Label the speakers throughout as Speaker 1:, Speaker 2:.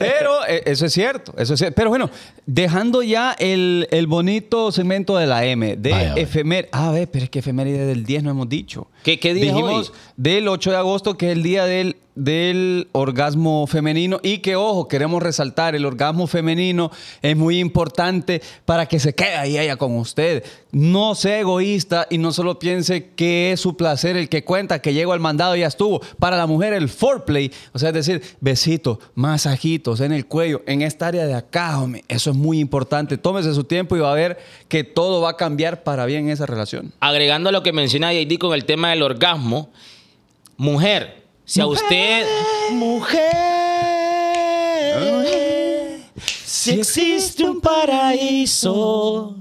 Speaker 1: eh, eso es cierto, eso es cierto. Pero bueno, dejando ya el, el bonito segmento de la M, de
Speaker 2: Vaya, vaya.
Speaker 1: efeméride. Ah, a ver, pero es que efeméride del 10 no hemos dicho.
Speaker 3: ¿Qué- qué día es
Speaker 1: Dijimos
Speaker 3: hoy?
Speaker 1: del 8 de agosto, que es el día del, del orgasmo femenino. Y que, ojo, queremos resaltar, el orgasmo femenino es muy importante para que se quede ahí ella con usted. No sea egoísta y no solo piense que es su placer el que cuenta, que llegó al mandado y ya estuvo. Para la mujer, el foreplay, o sea, es decir, besitos, masajitos en el cuello, en esta área de acá, hombre. Eso es muy importante. Tómese su tiempo y va a ver que todo va a cambiar para bien esa relación.
Speaker 3: Agregando a lo que menciona JD con el tema del orgasmo, mujer, si a usted. Mujer, si existe un paraíso,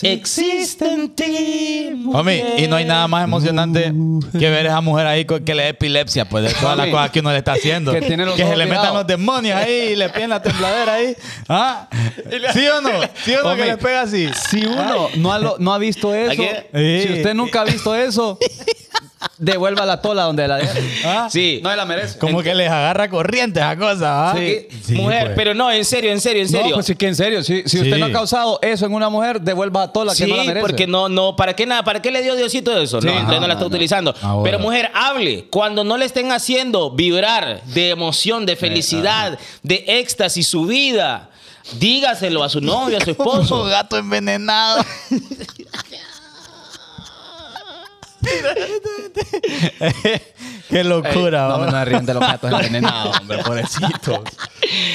Speaker 3: existe en ti.
Speaker 2: Homie, y no hay nada más emocionante que ver a esa mujer ahí co- que le dé epilepsia, pues de todas las
Speaker 1: Homie,
Speaker 2: cosas que uno le está haciendo.
Speaker 1: que tiene los
Speaker 2: Que se
Speaker 1: ojos
Speaker 2: le metan
Speaker 1: mirados.
Speaker 2: los demonios ahí y le piden la tembladera ahí. ¿Ah? ¿Sí o no? ¿Sí o no que
Speaker 1: Homie,
Speaker 2: le pega así?
Speaker 1: Si uno no ha, lo- no ha visto eso,
Speaker 3: Aquí.
Speaker 1: si usted nunca ha visto eso, devuelva la tola donde la deja.
Speaker 2: ¿Ah?
Speaker 3: Sí.
Speaker 1: No se la merece.
Speaker 2: Como que les agarra corriente esa cosa, ¿ah?
Speaker 3: Aquí,
Speaker 2: Sí,
Speaker 3: Eh, mujer,
Speaker 2: pues.
Speaker 3: pero no, en serio, en serio, en serio.
Speaker 1: No, pues sí que en serio, si, si usted
Speaker 2: Sí.
Speaker 1: no ha causado eso en una mujer, devuelva a toda la
Speaker 3: sí,
Speaker 1: que no la merece.
Speaker 3: porque no, no, ¿para qué nada? ¿Para qué le dio Diosito eso?
Speaker 1: Sí,
Speaker 3: no, usted
Speaker 1: no,
Speaker 3: no
Speaker 1: no,
Speaker 3: la está
Speaker 1: Ah, no.
Speaker 3: utilizando.
Speaker 2: Ahora.
Speaker 3: Pero mujer, hable. Cuando no le estén haciendo vibrar de emoción,
Speaker 1: Eh,
Speaker 3: de
Speaker 1: ah,
Speaker 3: felicidad, de éxtasis, su vida, dígaselo a su novio, a su
Speaker 2: Como
Speaker 3: esposo.
Speaker 2: gato envenenado. Qué locura,
Speaker 1: no me
Speaker 2: hombre.
Speaker 1: no ríen de los gatos envenenados, hombre, pobrecitos.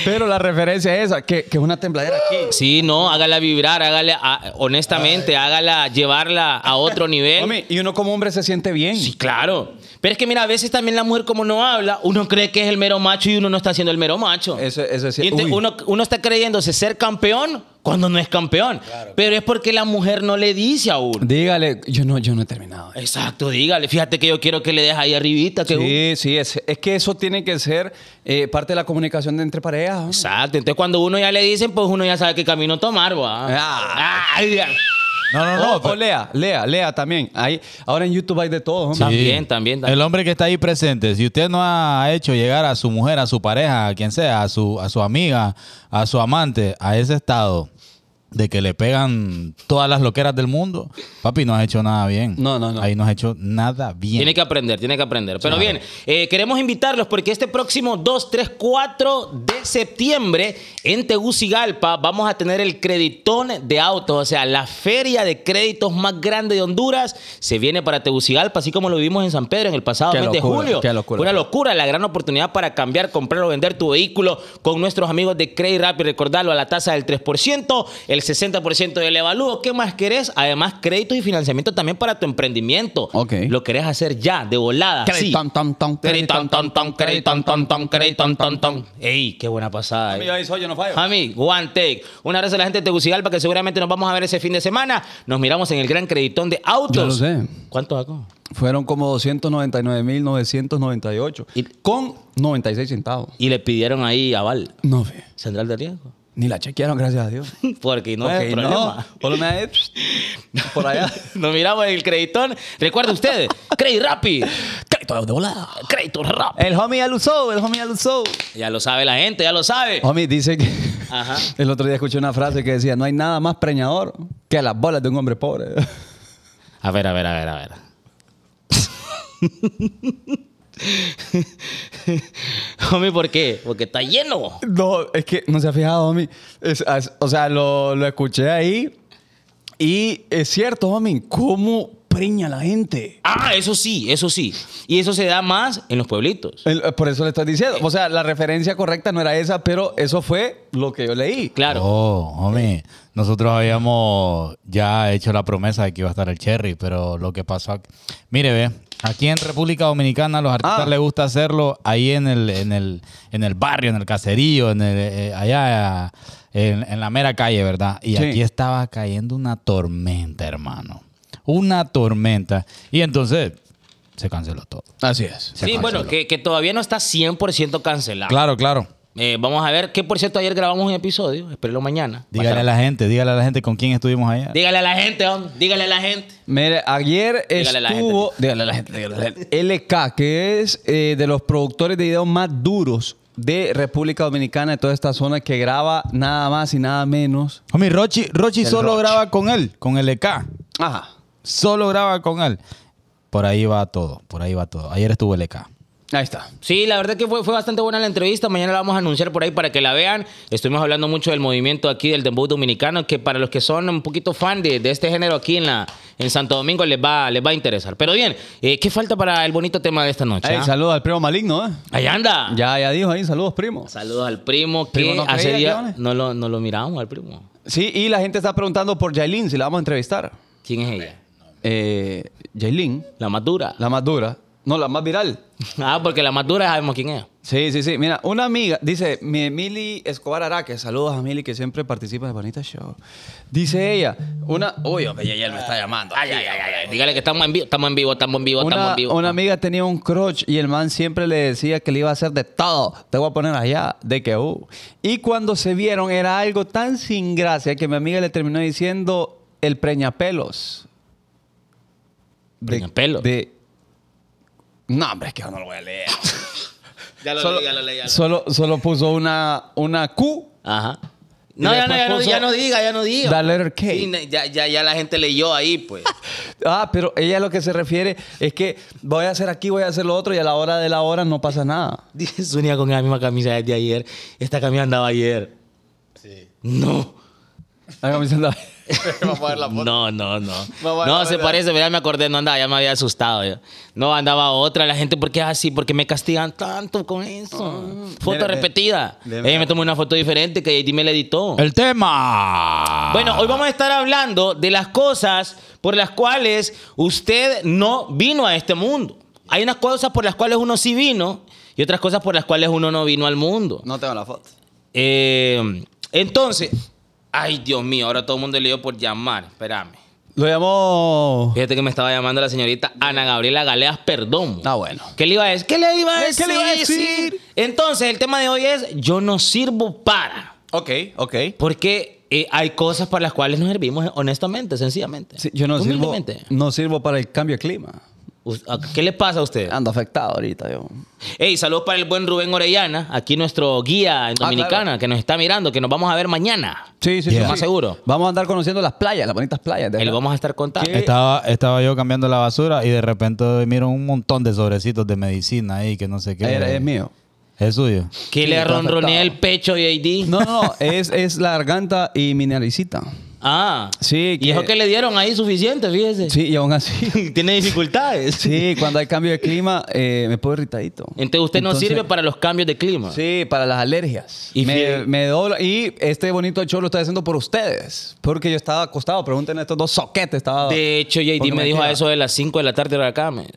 Speaker 1: Pero la referencia es esa, que, que es una tembladera aquí.
Speaker 3: Sí, no, hágala vibrar, hágala, a- honestamente, hágala llevarla a otro nivel.
Speaker 1: Homie, y uno como hombre se siente bien.
Speaker 3: Sí, claro. Pero es que mira, a veces también la mujer como no habla, uno cree que es el mero macho y uno no está siendo el mero macho.
Speaker 1: Eso- eso sí.
Speaker 3: Y entonces
Speaker 1: Uy.
Speaker 3: uno, uno está creyéndose ser campeón cuando no es campeón. Pero es porque la mujer no le dice a uno.
Speaker 1: Dígale, yo no, yo no he terminado.
Speaker 3: Exacto, dígale. Fíjate que yo quiero que le dejes ahí arribita. Que
Speaker 1: Sí, sí, es, es que eso tiene que ser eh, parte de la comunicación de entre parejas. ¿no?
Speaker 3: Exacto. Entonces cuando uno ya le dicen, pues uno ya sabe qué camino tomar, ¿va?
Speaker 1: Ah.
Speaker 3: Ay, ya.
Speaker 2: No, no, no.
Speaker 1: o,
Speaker 2: pero-
Speaker 1: o lea, lea, lea también. Ahí, ahora en YouTube hay de todo. ¿no?
Speaker 3: Sí. También, también, también.
Speaker 2: El hombre que está ahí presente, si usted no ha hecho llegar a su mujer, a su pareja, a quien sea, a su, a su amiga, a su amante, a ese estado de que le pegan todas las loqueras del mundo, papi, no has hecho nada bien.
Speaker 1: No, no, no.
Speaker 2: Ahí no has hecho nada bien.
Speaker 3: Tiene que aprender, tiene que aprender. Pero bien, eh, queremos invitarlos porque este próximo 2, 3, 4 de septiembre en Tegucigalpa vamos a tener el creditón de autos, o sea, la feria de créditos más grande de Honduras se viene para Tegucigalpa, así como lo vivimos en San Pedro en el pasado
Speaker 1: Qué
Speaker 3: mes de
Speaker 1: locura,
Speaker 3: julio.
Speaker 1: qué locura.
Speaker 3: Una locura, la gran oportunidad para cambiar, comprar o vender tu vehículo con nuestros amigos de Credit Rap y recordarlo a la tasa del 3%, el 60% del evalúo. ¿Qué más querés? Además, créditos y financiamiento también para tu emprendimiento.
Speaker 1: Ok.
Speaker 3: Lo querés hacer ya, de volada.
Speaker 1: Credit
Speaker 3: sí.
Speaker 1: tom, tom, tom,
Speaker 3: Credit
Speaker 1: credit
Speaker 3: tom,
Speaker 1: tom,
Speaker 3: tom, tom, credit tom, tom, tom, credit tom, tom, tom. Ey, qué buena pasada. eh.
Speaker 1: Yo ahí soy, yo no fallo.
Speaker 3: Jami, one take. Un abrazo a la gente de Tegucigalpa que seguramente nos vamos a ver ese fin de semana. Nos miramos en el gran creditón de autos.
Speaker 1: Yo lo sé.
Speaker 3: ¿Cuánto sacó?
Speaker 1: Fueron como 299.998.
Speaker 3: Y-
Speaker 1: Con 96 centavos.
Speaker 3: Y le pidieron ahí aval.
Speaker 1: No, fe.
Speaker 3: Central de riesgo.
Speaker 1: Ni la chequearon, gracias a Dios.
Speaker 3: Porque no
Speaker 1: Ok,
Speaker 3: es problema.
Speaker 1: Por lo menos, por allá.
Speaker 3: Nos miramos en el creditón. Recuerda ustedes, Credit Rapid.
Speaker 1: Crédito de volada.
Speaker 3: Crédito Rapid.
Speaker 1: El homie ya lo usó, el homie ya lo usó.
Speaker 3: Eh. Ya lo sabe la gente, ya lo sabe.
Speaker 1: Homie dice que.
Speaker 3: Ajá.
Speaker 1: El otro día escuché una frase que decía: No hay nada más preñador que las bolas de un hombre pobre.
Speaker 3: A ver, a ver, a ver, a ver. Homie, ¿por qué? Porque está lleno.
Speaker 1: No, es que no se ha fijado, homie. Es- as- o sea, lo, lo escuché ahí. Y es cierto, homie, cómo preña la gente.
Speaker 3: Ah, eso sí, eso sí. Y eso se da más en los pueblitos.
Speaker 1: El- eh, por eso le estoy diciendo. O sea, la referencia correcta no era esa, pero eso fue lo que yo leí.
Speaker 3: Claro.
Speaker 2: Oh, homie, nosotros habíamos ya hecho la promesa de que iba a estar el Cherry, pero lo que pasó... ac- Mire, ve, aquí en República Dominicana los artistas
Speaker 1: Ah.
Speaker 2: les gusta hacerlo ahí en el, en el, en el barrio, en el caserío, en el, eh, allá eh, en, en la mera calle, ¿verdad? Y
Speaker 1: Sí.
Speaker 2: aquí estaba cayendo una tormenta, hermano. Una tormenta. Y entonces se canceló todo.
Speaker 1: Así es.
Speaker 2: Se
Speaker 3: sí,
Speaker 2: canceló.
Speaker 3: bueno, que, que todavía no está 100%
Speaker 1: Ah.
Speaker 3: cancelado.
Speaker 2: Claro, claro.
Speaker 3: Eh, vamos a ver, que por cierto ayer grabamos un episodio, espérenlo mañana.
Speaker 2: Dígale a la gente, dígale a la gente con quién estuvimos allá.
Speaker 3: Dígale a la gente, hombre. dígale a la gente.
Speaker 1: Mire, ayer
Speaker 3: Dígale a la
Speaker 1: estuvo. dígale a la gente, dígale a la gente. LK, que es eh, de los productores de videos más duros de República Dominicana, de toda esta zona que graba nada más y nada menos.
Speaker 2: Homie, Rochi, Rochi
Speaker 1: El
Speaker 2: solo
Speaker 1: Rochi.
Speaker 2: graba con él, con el E EK.
Speaker 1: Ajá.
Speaker 2: Solo graba con él. Por ahí va todo, por ahí va todo. Ayer estuvo el E EK.
Speaker 1: Ahí está.
Speaker 3: Sí, la verdad que fue, fue bastante buena la entrevista. Mañana la vamos a anunciar por ahí para que la vean. Estuvimos hablando mucho del movimiento aquí del dembow dominicano, que para los que son un poquito fan de, de este género aquí en la en Santo Domingo les va, les va a interesar. Pero bien, eh, ¿qué falta para el bonito tema de esta noche?
Speaker 1: Ahí,
Speaker 3: ah?
Speaker 1: saludos al primo maligno, ¿eh?
Speaker 3: Ahí anda.
Speaker 1: Ya, ya dijo ahí, saludos, primo.
Speaker 3: Saludos al primo que
Speaker 1: Primo, ¿no
Speaker 3: hace
Speaker 1: creía,
Speaker 3: día
Speaker 1: cabrones?
Speaker 3: no lo, no lo mirábamos al primo.
Speaker 1: Sí, y la gente está preguntando por Jailin, si la vamos a entrevistar.
Speaker 3: ¿Quién es ella?
Speaker 1: Eh, Yailin,
Speaker 3: La más dura.
Speaker 1: la más dura. No, la más viral.
Speaker 3: Ah, porque la más dura sabemos quién es.
Speaker 1: Sí, sí, sí. Mira, una amiga, dice mi Emily Escobar Araque, saludos a Emily que siempre participa de Bonita Show. Dice ella, una. Uy, hombre, ya, ya me está llamando.
Speaker 3: Ay, ay, ay, ay, ay. Dígale que estamos en vivo, estamos en vivo, estamos en vivo, estamos
Speaker 1: Una,
Speaker 3: en vivo.
Speaker 1: una amiga tenía un crotch y el man siempre le decía que le iba a hacer de todo. Te voy a poner allá, de que uh. Y cuando se vieron era algo tan sin gracia que mi amiga le terminó diciendo el preñapelos. De-
Speaker 3: ¿Preñapelos?
Speaker 1: De... No, hombre, es que yo no lo voy a leer.
Speaker 3: Ya lo
Speaker 1: solo,
Speaker 3: leí, ya lo leí, ya lo
Speaker 1: solo, solo puso una, una Q.
Speaker 3: Ajá.
Speaker 1: Y
Speaker 3: No, ya no,
Speaker 1: después
Speaker 3: ya, no,
Speaker 1: puso
Speaker 3: ya no diga, ya no diga.
Speaker 1: the letter K.
Speaker 3: Sí, ne- ya, ya, ya la gente leyó ahí, pues.
Speaker 1: Ah, pero ella lo que se refiere es que voy a hacer aquí, voy a hacer lo otro y a la hora de la hora no pasa nada.
Speaker 3: Dice Sonia con la misma camisa desde ayer. Esta camisa andaba ayer. Sí. No.
Speaker 1: La camisa andaba-
Speaker 3: No, no,
Speaker 1: Vamos a
Speaker 3: no. no,
Speaker 1: ver,
Speaker 3: se
Speaker 1: vamos a ver.
Speaker 3: parece, mira, me acordé, no andaba, ya me había asustado yo. No, andaba otra, la gente, ¿por qué es así? ¿Por qué me castigan tanto con eso?
Speaker 1: Ah.
Speaker 3: foto
Speaker 1: Mira, ve-
Speaker 3: repetida.
Speaker 1: ve-
Speaker 3: Ella me tomó una foto diferente que JD me la editó.
Speaker 2: El
Speaker 1: Ah.
Speaker 2: tema.
Speaker 3: Bueno, hoy vamos a estar hablando de las cosas por las cuales usted no vino a este mundo. Hay unas cosas por las cuales uno sí vino y otras cosas por las cuales uno no vino al mundo.
Speaker 1: No tengo la foto.
Speaker 3: Eh, entonces, ay Dios mío, ahora todo el mundo le dio por llamar, espérame.
Speaker 1: Lo llamó.
Speaker 3: Fíjate que me estaba llamando la señorita Ana Gabriela Galeas Perdomo.
Speaker 1: Ah, bueno.
Speaker 3: ¿Qué le iba a decir? ¿Qué le iba a
Speaker 1: ¿Qué
Speaker 3: decir?
Speaker 1: le iba a decir?
Speaker 3: Entonces, el tema de hoy es, yo no sirvo para.
Speaker 1: Ok, ok.
Speaker 3: Porque eh, hay cosas para las cuales nos servimos honestamente, sencillamente.
Speaker 1: Sí, yo no sirvo,
Speaker 3: Humildemente.
Speaker 1: no sirvo para el cambio de clima.
Speaker 3: Us- ¿a- ¿Qué le pasa a usted?
Speaker 1: Ando afectado ahorita yo.
Speaker 3: Hey, saludos para el buen Rubén Orellana, aquí nuestro guía en
Speaker 1: Ah, claro.
Speaker 3: Dominicana, que nos está mirando, que nos vamos a ver mañana.
Speaker 1: Sí, sí,
Speaker 2: Yeah.
Speaker 1: sí.
Speaker 3: Más seguro.
Speaker 1: Vamos a andar conociendo las playas, las bonitas playas. de
Speaker 3: Que le
Speaker 1: verdad.
Speaker 3: vamos a estar contando.
Speaker 1: ¿Qué?
Speaker 2: Estaba, estaba yo cambiando la basura y de repente miro un montón de sobrecitos de medicina ahí que no sé qué.
Speaker 1: Era- es mío.
Speaker 2: Es suyo.
Speaker 3: Que
Speaker 1: Sí,
Speaker 3: le
Speaker 1: está
Speaker 3: ronronea
Speaker 1: afectado.
Speaker 3: el pecho, JD.
Speaker 1: No, no, no, es, es la garganta y mi naricita.
Speaker 3: Ah.
Speaker 1: Sí,
Speaker 3: Y eso que le dieron ahí suficiente, fíjese.
Speaker 1: Sí, y aún así.
Speaker 3: Tiene dificultades.
Speaker 1: Sí, cuando hay cambio de clima eh, me pongo irritadito.
Speaker 3: Entonces usted no
Speaker 1: Entonces-
Speaker 3: sirve para los cambios de clima.
Speaker 1: Sí, para las alergias.
Speaker 3: Ah. Y
Speaker 1: Y me,
Speaker 3: fie-
Speaker 1: me dobla. Y este bonito show lo estoy haciendo por ustedes. Porque yo estaba acostado. Pregúntenle a estos dos soquetes. Estaba,
Speaker 3: De hecho, JD
Speaker 1: porque
Speaker 3: me dijo
Speaker 1: queda.
Speaker 3: a eso de las 5 de la tarde hora acá. me-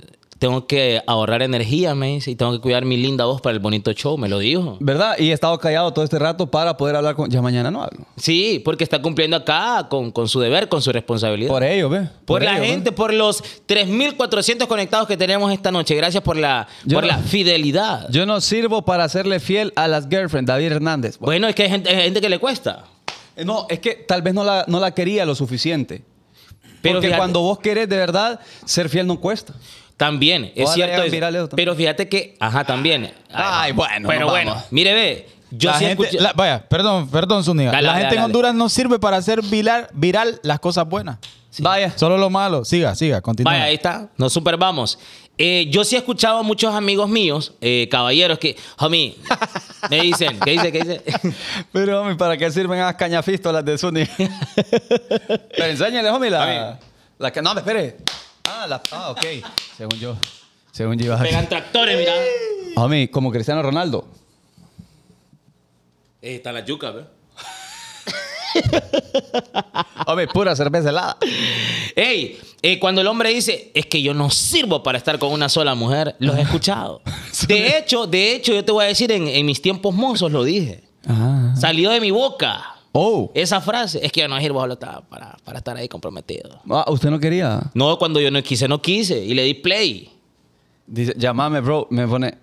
Speaker 3: tengo que ahorrar energía, me dice, y tengo que cuidar mi linda voz para el bonito show, me lo dijo.
Speaker 1: ¿Verdad? Y he estado callado todo este rato para poder hablar con. Ya mañana no hablo.
Speaker 3: Sí, porque está cumpliendo acá con, con su deber, con su responsabilidad.
Speaker 1: Por ello, ¿ves?
Speaker 3: Por la
Speaker 1: ello, ¿ve?
Speaker 3: gente, por los 3.400 conectados que tenemos esta noche. Gracias por la,
Speaker 1: Yo
Speaker 3: por
Speaker 1: no-
Speaker 3: la fidelidad.
Speaker 1: Yo no sirvo para serle fiel a las girlfriends, David Hernández.
Speaker 3: bueno, es que hay gente, hay gente que le cuesta.
Speaker 1: Eh, No, es que tal vez no la, no la quería lo suficiente.
Speaker 3: Pero
Speaker 1: Porque
Speaker 3: fíjate-
Speaker 1: cuando vos querés de verdad, ser fiel no cuesta.
Speaker 3: También, es
Speaker 1: Ojalá
Speaker 3: cierto.
Speaker 1: hagan
Speaker 3: eso.
Speaker 1: viral eso también.
Speaker 3: Pero fíjate que, ajá, también.
Speaker 1: Ay, bueno,
Speaker 3: Pero
Speaker 1: nos
Speaker 3: bueno,
Speaker 1: vamos.
Speaker 3: mire, ve. Yo
Speaker 2: la
Speaker 3: sí
Speaker 2: gente,
Speaker 3: escuché-
Speaker 2: la- vaya, perdón, perdón, Zúñiga.
Speaker 3: Dale,
Speaker 2: la
Speaker 3: dale,
Speaker 2: gente en
Speaker 3: dale.
Speaker 2: Honduras no sirve para hacer viral, viral las cosas buenas.
Speaker 1: Vaya.
Speaker 2: Solo lo malo. Siga, siga, continúa.
Speaker 3: Vaya, ahí está. Nos super vamos. Eh, yo sí he escuchado a muchos amigos míos, eh, caballeros, que, homie, me dicen, ¿qué dice? ¿Qué dice?
Speaker 1: Pero, homie, ¿para qué sirven las cañafístolas de Sunny? Pero enséñale, homie, la, la que... No, me espere. Ah, la... Ah, ok. Según yo. Según yo ibas a
Speaker 3: Pegan tractores, mira. Eh,
Speaker 1: Homie, como Cristiano Ronaldo.
Speaker 3: Eh, está la yuca, ¿verdad?
Speaker 1: Homie, pura cerveza helada.
Speaker 3: Ey, eh, cuando el hombre dice, es que yo no sirvo para estar con una sola mujer, los he escuchado. De hecho, de hecho, yo te voy a decir, en, en mis tiempos mozos lo dije.
Speaker 1: Ajá.
Speaker 3: Salió de mi boca
Speaker 1: Oh.
Speaker 3: esa frase. Es que yo no sirvo para, para, para estar ahí comprometido.
Speaker 1: Ah, ¿Usted no quería?
Speaker 3: No, cuando yo no quise, no quise. Y le di play.
Speaker 1: Dice, llamame, bro. Me pone...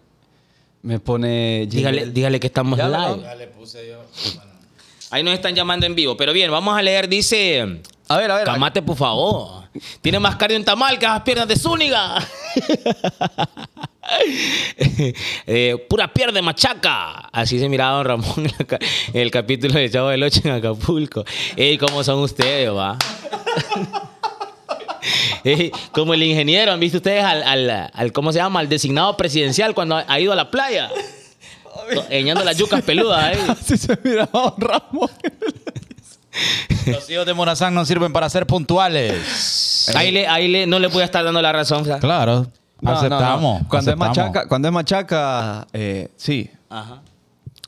Speaker 1: Me pone...
Speaker 3: Dígale, dígale que estamos
Speaker 1: Ya,
Speaker 3: live.
Speaker 1: ya
Speaker 3: Ahí nos están llamando en vivo. Pero bien, vamos a leer. Dice,
Speaker 1: A ver, a ver.
Speaker 3: camate por favor. Tiene más cardio en tamal que las piernas de Zúñiga. Eh, pura pierde machaca. Así se miraba Don Ramón en, la ca- en el capítulo de Chavo del Ocho en Acapulco. Ey, ¿cómo son ustedes, va? Ey, como el ingeniero, ¿han visto ustedes al, al- al- ¿cómo se llama? Al designado presidencial cuando ha- ha ido a la playa. Eñando las yucas peludas ¿eh? ahí.
Speaker 1: Así se miraba Don Ramón.
Speaker 2: Los hijos de Morazán no sirven para ser puntuales.
Speaker 3: Ahí, le, ahí le- no le voy a estar dando la razón. o sea.
Speaker 2: Claro.
Speaker 1: No, no, no.
Speaker 2: aceptamos.
Speaker 1: Cuando es
Speaker 2: aceptamos.
Speaker 1: machaca, cuando es machaca, eh, sí.
Speaker 3: Ajá.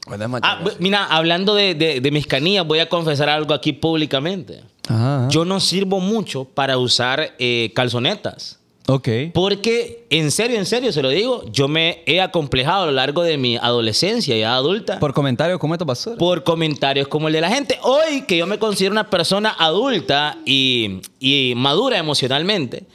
Speaker 1: Cuando es machaca.
Speaker 3: Ah, bu- mira, hablando de, de, de mis canillas, voy a confesar algo aquí públicamente.
Speaker 1: Ajá, ajá.
Speaker 3: Yo no sirvo mucho para usar eh, calzonetas.
Speaker 1: Ok.
Speaker 3: Porque, en serio, en serio, se lo digo, yo me he acomplejado a lo largo de mi adolescencia y edad adulta por,
Speaker 1: Por comentarios, ¿cómo esto basura?
Speaker 3: comentarios como el de la gente. Hoy que yo me considero una persona adulta y, y madura emocionalmente,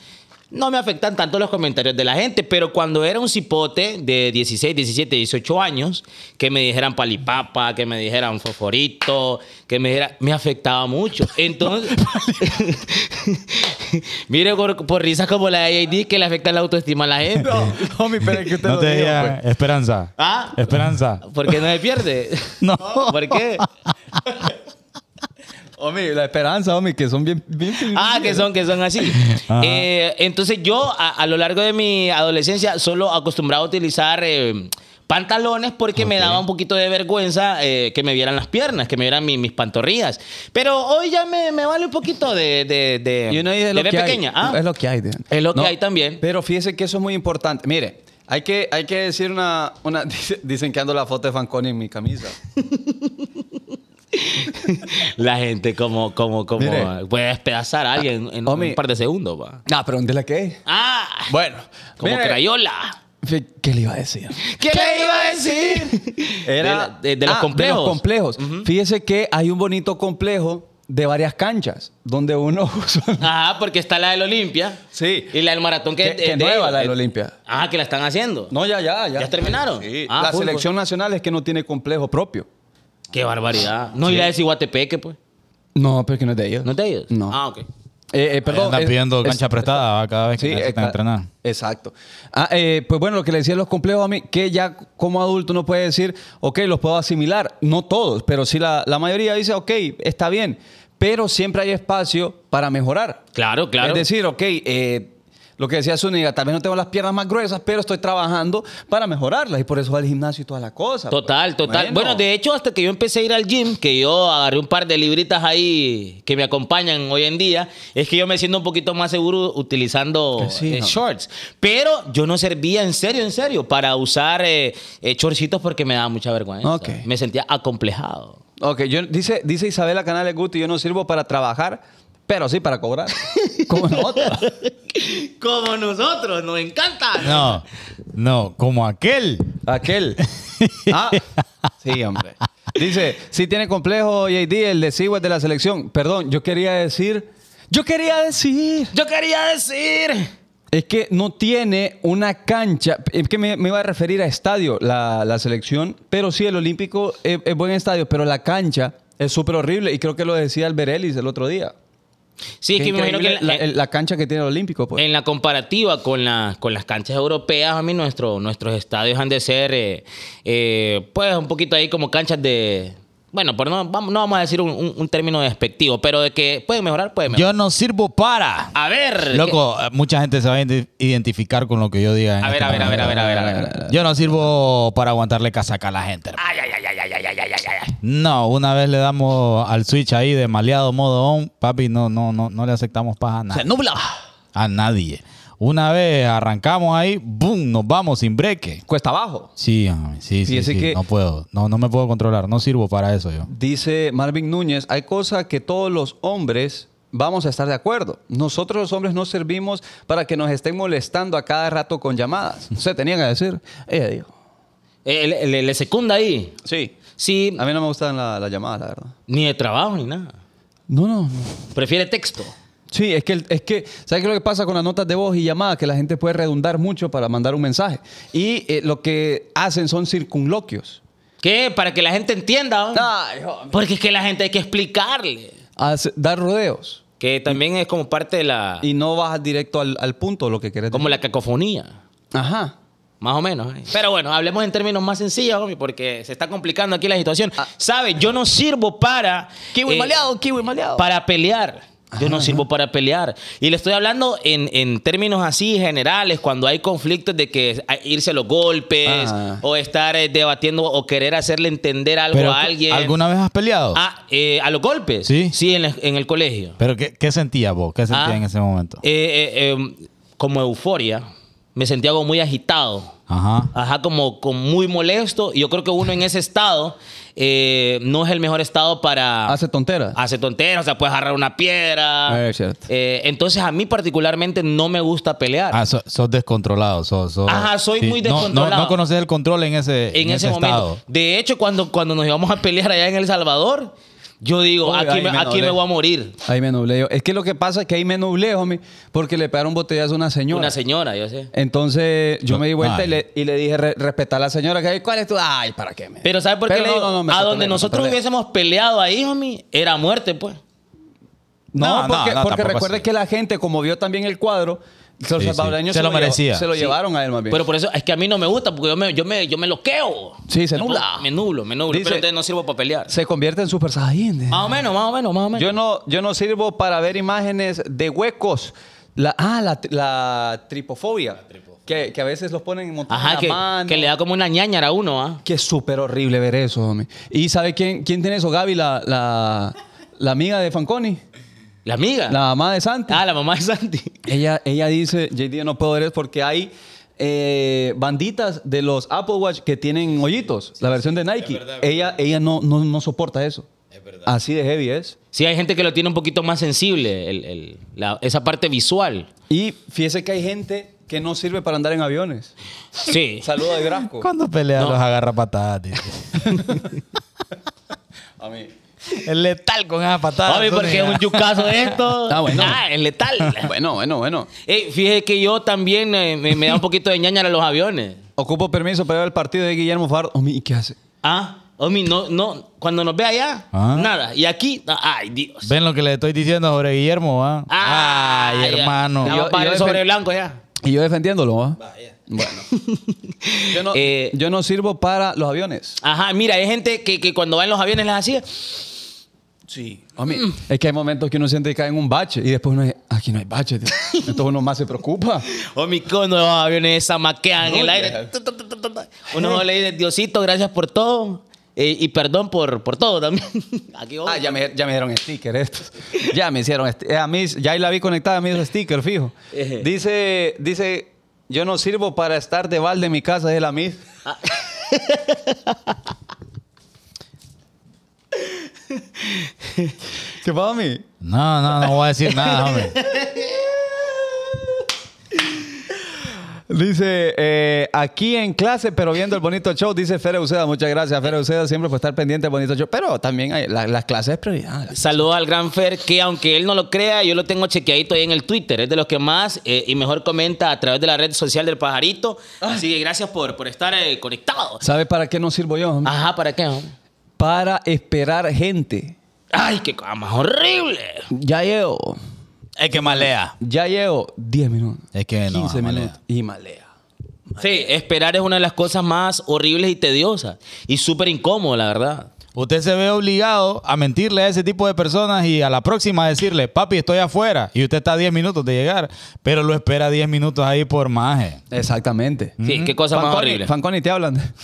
Speaker 3: no me afectan tanto los comentarios de la gente, pero cuando era un cipote de 16, 17, 18 años, que me dijeran palipapa, que me dijeran fosforito, que me dijeran, me afectaba mucho. Entonces, mire por, por risas como la de AID que le afectan la autoestima a la gente.
Speaker 1: No, mi pero es que usted
Speaker 2: No
Speaker 1: lo
Speaker 2: te
Speaker 1: dijo,
Speaker 2: digas,
Speaker 1: pues.
Speaker 2: esperanza.
Speaker 3: ¿Ah?
Speaker 2: Esperanza.
Speaker 3: ¿Por qué no se pierde?
Speaker 2: No.
Speaker 3: ¿Por qué?
Speaker 1: pues. Homie, la esperanza, homie, que son bien. bien-
Speaker 3: Ah, que son, que son así.
Speaker 2: Ajá.
Speaker 3: Eh, entonces yo a, a lo largo de mi adolescencia solo acostumbraba a utilizar eh, pantalones porque me daba un poquito de vergüenza eh, que me vieran las piernas, que me vieran mi- mis pantorrillas. Pero hoy ya me, me vale un poquito de... de, de
Speaker 1: Y uno ahí
Speaker 3: de
Speaker 1: es lo
Speaker 3: ver
Speaker 1: que
Speaker 3: pequeña.
Speaker 1: hay.
Speaker 3: Ah,
Speaker 1: Es lo que hay, Dan.
Speaker 3: Es lo que hay también.
Speaker 1: Pero fíjese que eso es muy importante. Mire, hay que, hay que decir una. una dice- dicen que ando la foto de Fanconi en mi camisa.
Speaker 3: La gente como, como, como...
Speaker 1: Mire.
Speaker 3: puede despedazar a alguien en
Speaker 1: Homie.
Speaker 3: un par de segundos. va.
Speaker 1: Ah, pero ¿dónde la que
Speaker 3: Ah,
Speaker 1: Bueno,
Speaker 3: como
Speaker 1: mire,
Speaker 3: crayola.
Speaker 1: fe- ¿Qué le iba a decir?
Speaker 3: ¿Qué le iba a decir?
Speaker 1: Era-
Speaker 3: de, la- de- de los
Speaker 1: Ah,
Speaker 3: complejos.
Speaker 1: De los complejos.
Speaker 3: Ujú.
Speaker 1: Fíjese que hay un bonito complejo de varias canchas donde uno usualmente-
Speaker 3: Ajá, porque está la del Olimpia.
Speaker 1: Sí.
Speaker 3: Y la del maratón que,
Speaker 1: Que-
Speaker 3: es
Speaker 1: que
Speaker 3: de-
Speaker 1: nueva,
Speaker 3: de-
Speaker 1: la del Olimpia.
Speaker 3: Ajá, que la están haciendo.
Speaker 1: No, ya, ya, ya.
Speaker 3: ¿Ya terminaron?
Speaker 1: Sí.
Speaker 3: Ah,
Speaker 1: la
Speaker 3: fútbol.
Speaker 1: selección nacional es que no tiene complejo propio.
Speaker 3: Qué barbaridad. No, y la de Ciguatepeque, pues.
Speaker 1: No, pero que no es de ellos.
Speaker 3: ¿No te ellos?
Speaker 1: No.
Speaker 3: Ah, ok.
Speaker 1: Eh, eh,
Speaker 2: Perdón,
Speaker 1: perdón.
Speaker 2: andan
Speaker 1: es-
Speaker 2: pidiendo
Speaker 1: es-
Speaker 2: cancha prestada va, cada vez que
Speaker 1: Sí,
Speaker 2: necesitan
Speaker 1: exa-
Speaker 2: entrenar.
Speaker 1: Exacto. Ah, eh, pues bueno, lo que le decía los complejos a mí, que ya como adulto no puede decir, ok, los puedo asimilar. No todos, pero sí la, la mayoría dice, ok, está bien. Pero siempre hay espacio para mejorar.
Speaker 3: Claro, claro.
Speaker 1: Es decir, ok, eh, lo que decía Zúñiga, tal vez no tengo las piernas más gruesas, pero estoy trabajando para mejorarlas y por eso va al gimnasio y toda la cosa.
Speaker 3: Total,
Speaker 1: pues.
Speaker 3: total. Bueno. de hecho, hasta que yo empecé a ir al gym, que yo agarré un par de libritas ahí que me acompañan hoy en día, es que yo me siento un poquito más seguro utilizando
Speaker 1: Que sí,
Speaker 3: eh,
Speaker 1: ¿no?
Speaker 3: shorts. Pero yo no servía en serio, en serio, para usar eh, eh, shortcitos porque me daba mucha vergüenza.
Speaker 1: Ok.
Speaker 3: Me sentía acomplejado.
Speaker 1: Ok, yo, dice, dice Isabela Canales Guti, yo no sirvo para trabajar, pero sí para cobrar. Como nosotros.
Speaker 3: Como nosotros, nos encanta.
Speaker 2: No, no, como aquel.
Speaker 1: Aquel. Ah, sí, hombre. Dice, sí tiene complejo JD, el de Siwa de la selección. Perdón, yo quería decir, yo quería decir,
Speaker 3: Yo quería decir.
Speaker 1: es que no tiene una cancha, es que me, me iba a referir a estadio la, la selección, pero sí, el Olímpico es, es buen estadio, pero la cancha es súper horrible y creo que lo decía Alberelis el otro día.
Speaker 3: Sí, es que me imagino que
Speaker 1: Increíble
Speaker 3: en la,
Speaker 1: la, el- la cancha que tiene el Olímpico, pues.
Speaker 3: en la comparativa con, la- con las canchas europeas, a mí nuestro, nuestros estadios han de ser, eh, eh, pues, un poquito ahí como canchas de. Bueno, pero no vamos, no vamos a decir un, un- un término despectivo, pero de que pueden mejorar, pueden mejorar.
Speaker 2: Yo no sirvo para.
Speaker 3: a ver.
Speaker 2: Loco, mucha gente se va a ident- identificar con lo que yo diga. en
Speaker 3: A ver,
Speaker 2: este
Speaker 3: a ver, a ver, a ver, a ver, a ver, a ver.
Speaker 2: momento. Yo no sirvo para aguantarle casaca a la gente. hermano.
Speaker 3: Ay, ay, ay, ay, ay, ay, ay, ay, ay, ay.
Speaker 2: No, una vez le damos al switch ahí de maleado modo on, papi, no, no, no, no le aceptamos paja a nadie.
Speaker 1: nubla.
Speaker 2: A nadie. Una vez arrancamos ahí, boom, nos vamos sin breque.
Speaker 1: Cuesta abajo.
Speaker 2: Sí, hombre, sí, sí,
Speaker 1: Fíjese
Speaker 2: sí,
Speaker 1: que-
Speaker 2: no puedo, no, no me puedo controlar, no sirvo para eso yo.
Speaker 1: Dice Marvin Núñez, hay cosas que todos los hombres vamos a estar de acuerdo. Nosotros los hombres no servimos para que nos estén molestando a cada rato con llamadas. Se tenía que decir. Ella dijo.
Speaker 3: Eh, le, le- le secunda ahí.
Speaker 1: Sí.
Speaker 3: Sí,
Speaker 1: A mí no me gustan la- las llamadas, la verdad.
Speaker 3: ni de trabajo ni nada.
Speaker 1: No, no.
Speaker 3: Prefiere texto.
Speaker 1: Sí, es que, el- es que, ¿sabes qué es lo que pasa con las notas de voz y llamadas? Que la gente puede redundar mucho para mandar un mensaje. Y eh, lo que hacen son circunloquios.
Speaker 3: ¿Qué? Para que la gente entienda. ¿no?
Speaker 1: Ay, hombre.
Speaker 3: Porque es que la gente hay que explicarle.
Speaker 1: Hace- dar rodeos.
Speaker 3: Que también es como parte de la.
Speaker 1: Y no vas directo al, al punto lo que querés
Speaker 3: Ah. Como
Speaker 1: decir.
Speaker 3: la cacofonía.
Speaker 1: Ajá.
Speaker 3: Más o menos. ¿eh? Pero bueno, hablemos en términos más sencillos, homie, porque se está complicando aquí la situación.
Speaker 2: Ah.
Speaker 3: ¿Sabe? Yo no sirvo para...
Speaker 1: Kiwi
Speaker 3: eh,
Speaker 1: maleado, kiwi maleado.
Speaker 3: para pelear. Yo
Speaker 2: Ah.
Speaker 3: no sirvo para pelear. Y le estoy hablando en, en términos así generales, cuando hay conflictos de que a- irse a los golpes
Speaker 1: Ajá.
Speaker 3: o estar eh, debatiendo o querer hacerle entender algo
Speaker 2: Ah. Pero,
Speaker 3: a alguien.
Speaker 2: ¿Alguna vez has peleado?
Speaker 3: Ah, eh, ¿A los golpes?
Speaker 2: Sí.
Speaker 3: en, la- en el colegio.
Speaker 2: ¿Pero qué, qué sentías vos? ¿Qué sentías
Speaker 3: Ah.
Speaker 2: en ese momento?
Speaker 3: Eh, eh, eh, como euforia. Me sentía como muy agitado.
Speaker 2: Ajá.
Speaker 3: Ajá, como, como muy molesto. Y yo creo que uno en ese estado eh, no es el mejor estado para...
Speaker 1: Hace tonteras.
Speaker 3: hace tonteras, o sea, puedes agarrar una
Speaker 1: Ah,
Speaker 3: piedra.
Speaker 1: es cierto.
Speaker 3: Eh, entonces, a mí particularmente no me gusta pelear.
Speaker 2: Ah, so- sos descontrolado. sos- sos-
Speaker 3: Ajá, soy muy
Speaker 2: no- no- No,
Speaker 3: descontrolado.
Speaker 2: conoces el control en ese,
Speaker 3: en, ese, momento.
Speaker 2: estado.
Speaker 3: De hecho, cuando, cuando nos íbamos a pelear allá en El Salvador, yo digo,
Speaker 1: Uy,
Speaker 3: aquí,
Speaker 1: ay,
Speaker 3: me,
Speaker 1: me
Speaker 3: aquí me
Speaker 1: doblé.
Speaker 3: voy a morir.
Speaker 1: Ahí me nublé yo. Es que lo que pasa es que ahí me nublé, homie, porque le pegaron botellas a una señora.
Speaker 3: Una señora, yo sé.
Speaker 1: Entonces yo
Speaker 2: No,
Speaker 1: me di vuelta
Speaker 2: ay.
Speaker 1: y le, y le dije "Re- respeta a la señora. Que, ¿Cuál es tu? Ay, ¿para qué? me-?"
Speaker 3: Pero ¿sabes por qué?
Speaker 1: Pero
Speaker 3: le
Speaker 1: no,
Speaker 3: digo?
Speaker 1: no, no, me
Speaker 3: a
Speaker 1: controlé,
Speaker 3: donde
Speaker 1: me
Speaker 3: nosotros
Speaker 1: controlé.
Speaker 3: hubiésemos peleado ahí, homie, era muerte, pues.
Speaker 1: No,
Speaker 2: No,
Speaker 1: porque,
Speaker 2: no, no,
Speaker 1: porque
Speaker 2: tampoco
Speaker 1: recuerda
Speaker 2: así.
Speaker 1: que la gente, como vio también el cuadro, los
Speaker 2: Sí, sí.
Speaker 1: salvadoreños
Speaker 2: Se lo
Speaker 1: llevó-
Speaker 2: merecía.
Speaker 1: se lo
Speaker 2: Sí.
Speaker 1: llevaron a él más bien.
Speaker 3: Pero por eso es que a mí no me gusta, porque yo me, yo me, yo me loqueo.
Speaker 1: Sí, se
Speaker 3: No,
Speaker 1: nubla.
Speaker 3: Me nublo, me nublo.
Speaker 1: Dice-
Speaker 3: pero entonces no sirvo para pelear.
Speaker 1: se convierte en Super Saiyan.
Speaker 2: Ah,
Speaker 3: Más o menos, más o menos, más o menos.
Speaker 1: Yo no, yo no sirvo para ver imágenes de huecos. La, ah, la, tri- la tripofobia. Que, que a veces los ponen en montones
Speaker 3: Ajá,
Speaker 1: de
Speaker 3: que,
Speaker 1: la mano.
Speaker 3: que le da como una ñañara a uno, ¿ah?
Speaker 1: Que es súper horrible ver eso, homie. ¿Y sabe quién, quién tiene eso? Gaby, la, la, la amiga de Fanconi,
Speaker 3: La amiga.
Speaker 1: la mamá de Santi.
Speaker 3: Ah, la mamá de Santi.
Speaker 1: Ella, ella dice, JD, yo no puedo ver eso porque hay eh, banditas de los Apple Watch que tienen hoyitos, la versión de Nike. ella ella no, no, no soporta eso. Así de heavy es.
Speaker 3: Sí, hay gente que lo tiene un poquito más sensible, el- el- la- esa parte visual.
Speaker 1: Y fíjese que hay gente que no sirve para andar en aviones.
Speaker 3: Sí.
Speaker 1: Saludos de Grasco.
Speaker 2: Cuando peleas
Speaker 3: No.
Speaker 2: los agarra patadas, tío.
Speaker 1: A mí.
Speaker 2: Es letal con esas patadas.
Speaker 3: Hombre, porque es un yucazo eh. de esto.
Speaker 1: Ah, bueno.
Speaker 3: Ah, es letal.
Speaker 1: Bueno, bueno, bueno.
Speaker 3: Ey, fíjese que yo también eh, me, me da un poquito de ñaña a los aviones.
Speaker 1: Ocupo permiso para ver el partido de Guillermo Farr. Homie, ¿Y qué hace?
Speaker 3: Ah, Omi, no, no, cuando nos ve allá,
Speaker 2: Ah.
Speaker 3: nada. Y aquí, no, ay, Dios.
Speaker 2: Ven lo que le estoy diciendo sobre Guillermo, ¿ah?
Speaker 3: Ay,
Speaker 2: Ay, hermano.
Speaker 1: Ya.
Speaker 3: Yo,
Speaker 1: Yo- yo defen-
Speaker 3: sobre blanco ya.
Speaker 1: Y yo defendiéndolo, ¿va? Bueno. Yo no,
Speaker 3: Eh,
Speaker 1: yo no sirvo para los aviones.
Speaker 3: Ajá, mira, hay gente que, que cuando va en los aviones les hacía.
Speaker 1: Sí. es que hay momentos que uno siente que cae en un bache y después uno dice, aquí no hay bache. tío". Entonces uno más se preocupa.
Speaker 3: Omi, cuando "Oh, los aviones se maquean en el
Speaker 1: Oye.
Speaker 3: aire. Tu, tu, tu, tu, tu, tu. Uno solo le dice, Diosito, gracias por todo. eh, y perdón por, por todo también. Aquí voy.
Speaker 1: Ah, ya me, ya me dieron sticker estos. Ya me hicieron sti- eh, a mí, ya ahí la vi conectada a mí hizo sticker, fijo.
Speaker 3: Ejé.
Speaker 1: Dice, dice, yo no sirvo para estar de balde en mi casa, es la mis. ¿Qué pasa, mí?
Speaker 2: No, no, no voy a decir nada, hombre.
Speaker 1: Dice, eh, aquí en clase, pero viendo el bonito show, dice Fere Uceda. Muchas gracias, Fere Uceda, siempre por estar pendiente del bonito show. Pero también hay- la- las clases es prioridad.
Speaker 3: Saludo al gran Fer, que aunque él no lo crea, yo lo tengo chequeadito ahí en el Twitter. Es de los que más eh, y mejor comenta a través de la red social del pajarito.
Speaker 1: Ah.
Speaker 3: Así que gracias por, por estar eh, conectado.
Speaker 1: ¿Sabe para qué no sirvo yo? homie?
Speaker 3: Ajá, ¿para qué? no?
Speaker 1: Para esperar gente.
Speaker 3: Ay, qué cosa más horrible.
Speaker 1: Ya llevo.
Speaker 2: Es que malea.
Speaker 1: Ya llevo 10 minutos.
Speaker 2: Es que no,
Speaker 1: 15
Speaker 2: malea.
Speaker 1: minutos. Y Eh, malea.
Speaker 3: Sí, esperar es una de las cosas más horribles y tediosas. Y súper incómodo, la verdad.
Speaker 2: Usted se ve obligado a mentirle a ese tipo de personas y a la próxima decirle, papi, estoy afuera. Y usted está a 10 minutos de llegar, pero lo espera 10 minutos ahí por maje.
Speaker 1: Exactamente.
Speaker 3: Sí, qué cosa más
Speaker 1: Fanconi,
Speaker 3: horrible.
Speaker 1: Fanconi, te hablan.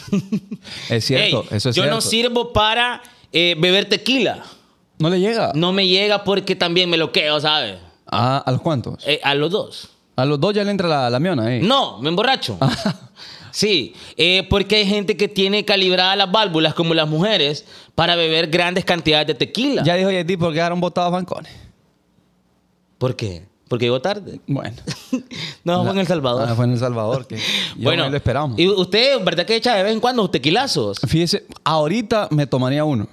Speaker 1: es cierto,
Speaker 3: Ey,
Speaker 1: eso es
Speaker 3: yo
Speaker 1: cierto.
Speaker 3: no sirvo para eh, beber tequila.
Speaker 1: ¿No le llega?
Speaker 3: No me llega porque también me lo quedo, ¿sabes?
Speaker 1: Ah, ¿A los cuántos?
Speaker 3: Eh, a los dos.
Speaker 1: A los dos ya le entra la, la miona ahí.
Speaker 3: No, me emborracho.
Speaker 1: Ah.
Speaker 3: Sí, eh, porque hay gente que tiene calibradas las válvulas, como las mujeres, para beber grandes cantidades de tequila.
Speaker 1: Ya dijo JD porque dejaron votado a Fanconi.
Speaker 3: ¿Por qué? Porque llegó tarde.
Speaker 1: Bueno.
Speaker 3: No, fue en El
Speaker 1: Ah,
Speaker 3: Salvador.
Speaker 1: fue en El Salvador. Que yo
Speaker 3: bueno,
Speaker 1: no lo esperamos.
Speaker 3: Y usted, ¿verdad que echa de vez en cuando tequilazos?
Speaker 1: Fíjese, ahorita me tomaría uno.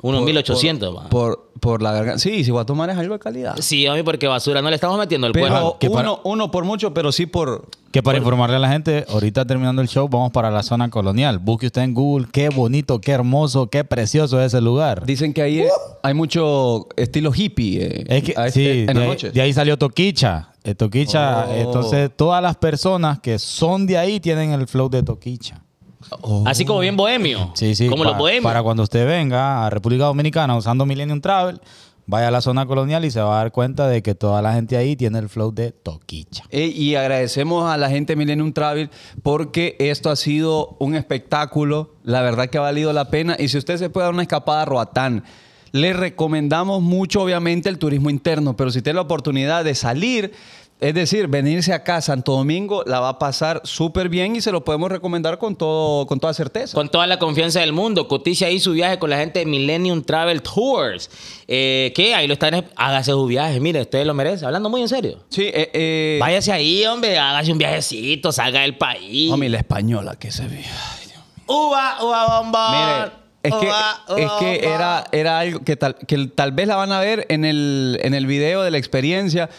Speaker 3: Unos
Speaker 1: Por-
Speaker 3: 1800,
Speaker 1: por,
Speaker 3: va.
Speaker 1: por, por la garganta. Sí, si voy a tomar es algo de calidad.
Speaker 3: Sí, a mí porque basura no le estamos metiendo el
Speaker 1: Pero
Speaker 3: cuerpo.
Speaker 2: que para-
Speaker 1: uno, uno por mucho, pero sí por...
Speaker 2: Que para informarle a la gente, ahorita terminando el show, vamos para la zona colonial. Busque usted en Google, qué bonito, qué hermoso, qué precioso es ese lugar.
Speaker 1: Dicen que ahí es- hay mucho estilo hippie eh,
Speaker 2: Es que,
Speaker 1: a este-
Speaker 2: sí,
Speaker 1: en
Speaker 2: de,
Speaker 1: la
Speaker 2: ahí-
Speaker 1: noche.
Speaker 2: de ahí salió Toquicha. Es Toquicha.
Speaker 1: Oh.
Speaker 2: Entonces, todas las personas que son de ahí tienen el flow de Toquicha.
Speaker 3: Así como bien bohemio.
Speaker 2: Sí, sí.
Speaker 3: Como
Speaker 2: pa-
Speaker 3: los bohemios.
Speaker 2: Para cuando usted venga a República Dominicana usando Millennium Travel, vaya a la zona colonial y se va a dar cuenta de que toda la gente ahí tiene el flow de Toquicha.
Speaker 1: Eh, y agradecemos a la gente de Millennium Travel porque esto ha sido un espectáculo. La verdad que ha valido la pena. Y si usted se puede dar una escapada a Roatán, le recomendamos mucho, obviamente, el turismo interno. Pero si tiene la oportunidad de salir, es decir, venirse acá a Santo Domingo, la va a pasar súper bien y se lo podemos recomendar con, todo, con toda certeza.
Speaker 3: Con toda la confianza del mundo. Cotice ahí su viaje con la gente de Millennium Travel Tours. Eh, que ahí lo están. Hágase su viaje. Mire, usted lo merece. Hablando muy en serio.
Speaker 1: Sí, eh, eh,
Speaker 3: Váyase ahí, hombre. Hágase un viajecito. Salga del país.
Speaker 1: homie, la española que se ve.
Speaker 3: Uva, uva, bomba.
Speaker 1: Mire, es que, es que era, era algo que tal, que tal vez la van a ver en el, en el video de la experiencia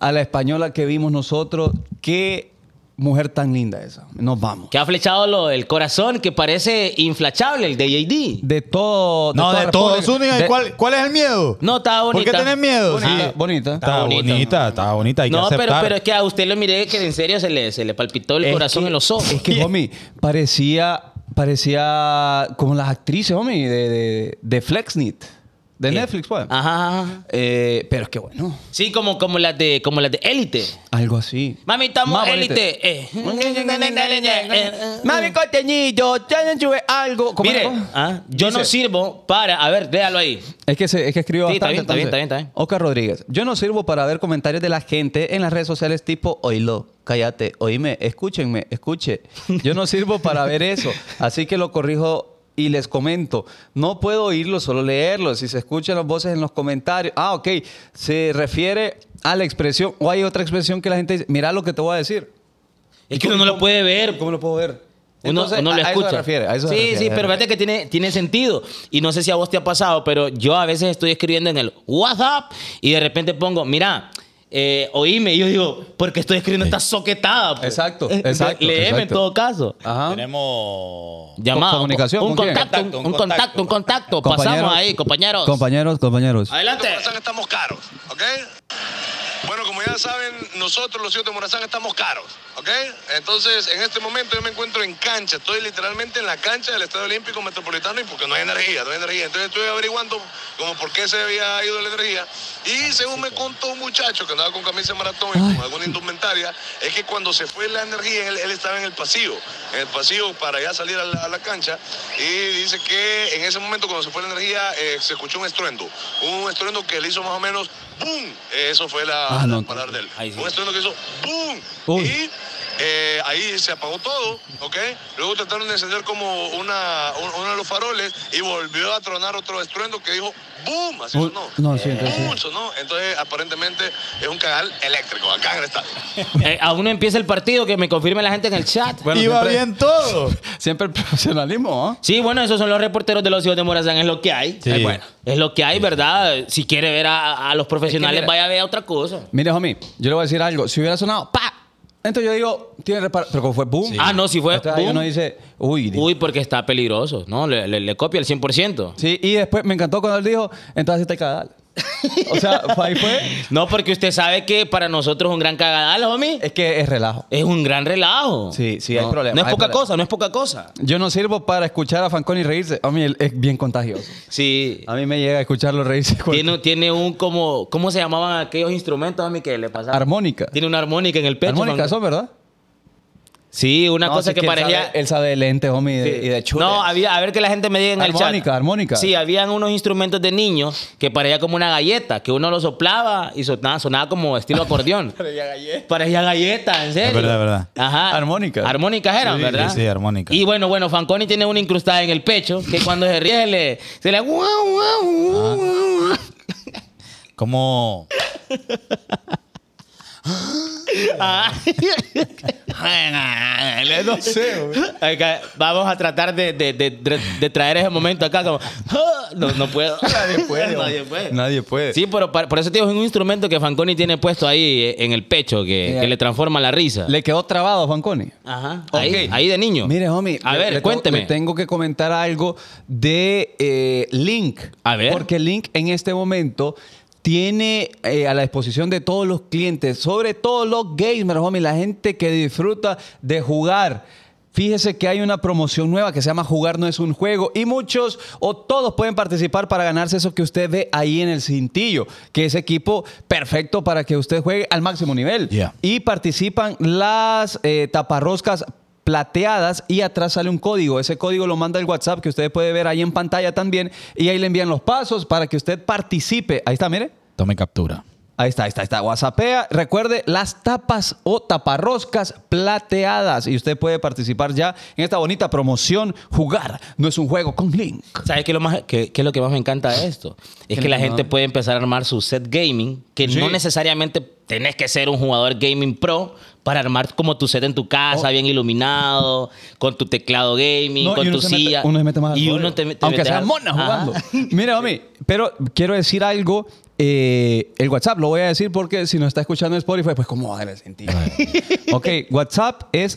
Speaker 1: a la española que vimos nosotros. Qué mujer tan linda esa. Nos vamos.
Speaker 3: Que ha flechado lo del corazón que parece inflachable, el de JD.
Speaker 1: De todo.
Speaker 2: No,
Speaker 1: toda
Speaker 2: de todos
Speaker 1: República-
Speaker 2: únicos.
Speaker 1: de-
Speaker 2: ¿Cuál, ¿Cuál es el miedo?
Speaker 3: No, está bonita.
Speaker 2: ¿Por qué tenés miedo?
Speaker 1: Bonita,
Speaker 2: Sí.
Speaker 1: bonita.
Speaker 2: Está
Speaker 3: bonita.
Speaker 2: bonita, está bonita. Hay que
Speaker 3: No, pero,
Speaker 2: aceptar.
Speaker 3: pero es que a usted le miré que en serio se le, se le palpitó el
Speaker 1: Es
Speaker 3: corazón
Speaker 1: que-
Speaker 3: en los ojos.
Speaker 1: Es que, homie, parecía, parecía como las actrices, homie, de, de, de Flexnit.
Speaker 2: Eh,
Speaker 1: De
Speaker 3: Sí.
Speaker 1: Netflix, pues.
Speaker 2: ah.
Speaker 3: Ajá, ajá.
Speaker 1: Eh, pero es que bueno,
Speaker 3: Sí, como, como las de como las de élite.
Speaker 1: algo así.
Speaker 3: Mami, estamos
Speaker 1: Más bonita.
Speaker 3: élite. Eh.
Speaker 1: Mami Costeñillo, ya sube algo. ¿Cómo
Speaker 3: Mire,
Speaker 1: era?
Speaker 3: ah, yo no
Speaker 1: Dice-
Speaker 3: sirvo para. A ver, déjalo ahí.
Speaker 1: Es que, se, es que escribo
Speaker 3: Sí, está
Speaker 1: bastante.
Speaker 3: bien, está bien, está bien, está bien.
Speaker 1: Oscar Rodríguez. Yo no sirvo para ver comentarios de la gente en las redes sociales tipo, oílo, cállate, oíme, escúchenme, escuche. Yo no sirvo para ver eso. Así que lo corrijo y les comento. No puedo oírlo, solo leerlo. Si se escuchan las voces en los comentarios. Ah, ok. Se refiere a la expresión. O hay otra expresión que la gente dice, mira lo que te voy a decir.
Speaker 3: Es que uno no lo puede ver.
Speaker 1: ¿Cómo lo puedo ver?
Speaker 3: Uno,
Speaker 1: Entonces,
Speaker 3: uno lo
Speaker 1: a- a eso
Speaker 3: escucha.
Speaker 1: se refiere, a eso se
Speaker 3: sí,
Speaker 1: refiere.
Speaker 3: sí, pero fíjate que tiene, tiene sentido. Y no sé si a vos te ha pasado, pero yo a veces estoy escribiendo en el WhatsApp y de repente pongo, mira, eh, oíme. Y yo digo, porque estoy escribiendo esta soquetada. pues?"
Speaker 1: Exacto, exacto,
Speaker 3: Leeme en
Speaker 1: exacto.
Speaker 3: todo caso.
Speaker 1: Ajá.
Speaker 2: Tenemos.
Speaker 3: Llamada.
Speaker 1: comunicación,
Speaker 3: Un,
Speaker 1: ¿con quién?
Speaker 3: contacto, un, un contacto, un contacto. Pasamos ahí, compañeros.
Speaker 1: Compañeros, compañeros.
Speaker 3: Adelante.
Speaker 4: Morazán estamos caros, ¿ok? Bueno, como ya saben, nosotros los hijos de Morazán estamos caros, ¿ok? Entonces, en este momento yo me encuentro en cancha, estoy literalmente en la cancha del Estadio Olímpico Metropolitano y porque no hay energía, no hay energía. Entonces estoy averiguando como por qué se había ido la energía. Y según me contó un muchacho que andaba con camisa de maratón y con alguna indumentaria, es que cuando se fue la energía, él, él estaba en el pasillo, en el pasillo para ya salir a la, a la cancha y dice que en ese momento cuando se fue la energía eh, se escuchó un estruendo, un estruendo que le hizo más o menos ¡boom! Eh, eso fue la,
Speaker 1: Ah, no.
Speaker 4: la palabra de él.
Speaker 3: Ahí sí.
Speaker 4: Un estruendo que hizo ¡boom!
Speaker 1: Uy.
Speaker 4: Y eh, ahí se apagó todo, ¿ok? Luego trataron de encender como una, un- uno de los faroles y volvió a tronar otro estruendo que dijo ¡boom! Así
Speaker 1: Uy,
Speaker 4: sonó.
Speaker 1: no, sí, entonces sí.
Speaker 4: Mucho, ¿no? Entonces aparentemente es un canal eléctrico acá en el estadio.
Speaker 3: Eh, aún no empieza el partido, que me confirme la gente en el chat.
Speaker 1: Bueno,
Speaker 2: Iba
Speaker 1: siempre-
Speaker 2: bien todo.
Speaker 1: Siempre el profesionalismo, ¿ah?
Speaker 3: Sí, bueno, esos son los reporteros de los hijos de Morazán, es lo que hay.
Speaker 2: Sí.
Speaker 3: Ay, bueno, es lo que hay, ¿verdad? Si quiere ver a, a los profesionales,
Speaker 1: Es que mira-
Speaker 3: vaya a ver otra cosa.
Speaker 1: Mire, homie, yo le voy a decir algo. Si hubiera sonado, ¡pa! Entonces yo digo, tiene reparo. Pero como fue boom.
Speaker 3: Ah, no, si fue
Speaker 1: Entonces ahí
Speaker 3: boom.
Speaker 1: uno dice, uy. di-
Speaker 3: Uy, porque está peligroso, ¿no? Le, le- le copia el 100%.
Speaker 1: Sí, y después me encantó cuando él dijo, entonces sí te cagas. o sea, fue- ahí fue.
Speaker 3: No, porque usted sabe que para nosotros es un gran cagadal, homie.
Speaker 1: Es que es relajo.
Speaker 3: Es un gran relajo.
Speaker 1: Eh. Sí, sí, hay
Speaker 3: No,
Speaker 1: problema,
Speaker 3: No es
Speaker 1: hay
Speaker 3: poca
Speaker 1: problema.
Speaker 3: cosa, no es poca cosa.
Speaker 1: Yo no sirvo para escuchar a Fanconi reírse. Homie, él es bien contagioso.
Speaker 3: Sí.
Speaker 1: A mí me llega a escucharlo reírse. cuando-
Speaker 3: Tiene, tiene un como. ¿Cómo se llamaban aquellos instrumentos, homie, que le pasaban?
Speaker 1: Armónica.
Speaker 3: Tiene una armónica en el pecho.
Speaker 1: Armónica
Speaker 3: man.
Speaker 1: son, ¿verdad?
Speaker 3: Sí, una
Speaker 1: No,
Speaker 3: cosa
Speaker 1: sí
Speaker 3: que,
Speaker 1: él
Speaker 3: parecía.
Speaker 1: sabe- él sabe de lentes, homie, y de,
Speaker 3: Sí.
Speaker 1: y de chules.
Speaker 3: No, había, a ver que la gente me diga en el chat.
Speaker 1: Armónica, armónica.
Speaker 3: Sí, habían unos instrumentos de niños que parecía como una galleta, que uno lo soplaba y sonaba, sonaba como estilo acordeón. parecía galleta. Parecía galleta, en serio.
Speaker 2: verdad, es verdad.
Speaker 3: Ajá.
Speaker 1: Armónicas.
Speaker 3: Armónicas eran,
Speaker 2: Sí,
Speaker 3: ¿verdad?
Speaker 2: sí, sí, armónicas.
Speaker 3: Y bueno, bueno, Fanconi tiene una incrustada en el pecho que cuando se ríe se le... Se le guau, guau,
Speaker 1: Ah.
Speaker 3: guau, guau.
Speaker 2: Como.
Speaker 3: Ah. Ay, ca- Vamos a tratar de, de- de- de- de traer ese momento acá como... "Ah", No, no puedo. Nadie puede. Nadie puede.
Speaker 1: Nadie puede.
Speaker 3: Sí, pero pa- por eso te digo, es un instrumento que Fanconi tiene puesto ahí eh, en el pecho, que,
Speaker 1: Yeah.
Speaker 3: que le transforma la risa.
Speaker 1: Le quedó trabado a Fanconi.
Speaker 3: Ajá.
Speaker 1: Ok.
Speaker 3: Ahí, ahí de niño.
Speaker 1: Mire, homie.
Speaker 3: A
Speaker 1: le-
Speaker 3: ver,
Speaker 1: le tengo-
Speaker 3: cuénteme.
Speaker 1: le tengo que comentar algo de eh, Link.
Speaker 3: A ver.
Speaker 1: Porque Link en este momento tiene eh, a la disposición de todos los clientes, sobre todo los gamers, homie, la gente que disfruta de jugar. Fíjese que hay una promoción nueva que se llama Jugar no es un juego y muchos o todos pueden participar para ganarse eso que usted ve ahí en el cintillo, que es equipo perfecto para que usted juegue al máximo nivel.
Speaker 2: Yeah.
Speaker 1: Y participan las eh, taparroscas plateadas y atrás sale un código. Ese código lo manda el WhatsApp que usted puede ver ahí en pantalla también y ahí le envían los pasos para que usted participe. Ahí está, mire.
Speaker 2: Tome captura.
Speaker 1: Ahí está, ahí está, ahí está. WhatsAppea. Recuerde las tapas o taparroscas plateadas. Y usted puede participar ya en esta bonita promoción. Jugar no es un juego con Link.
Speaker 3: ¿Sabes qué es, lo más, qué, qué es lo que más me encanta de esto? Es que la
Speaker 1: no.
Speaker 3: gente puede empezar a armar su set gaming, que
Speaker 1: Sí.
Speaker 3: no necesariamente tenés que ser un jugador gaming pro para armar como tu set en tu casa, bien iluminado, con tu teclado gaming,
Speaker 1: Oh. No,
Speaker 3: con
Speaker 1: y uno
Speaker 3: tu
Speaker 1: se mete-
Speaker 3: silla.
Speaker 1: uno se mete más al
Speaker 3: y
Speaker 1: rollo.
Speaker 3: uno te, te
Speaker 1: Aunque
Speaker 3: metes
Speaker 1: sea
Speaker 3: al-
Speaker 1: mona
Speaker 3: Ajá.
Speaker 1: jugando. Mira, mami, pero quiero decir algo. eh, el WhatsApp lo voy a decir porque si nos está escuchando en Spotify, pues cómo va a darle sentido. ok, WhatsApp es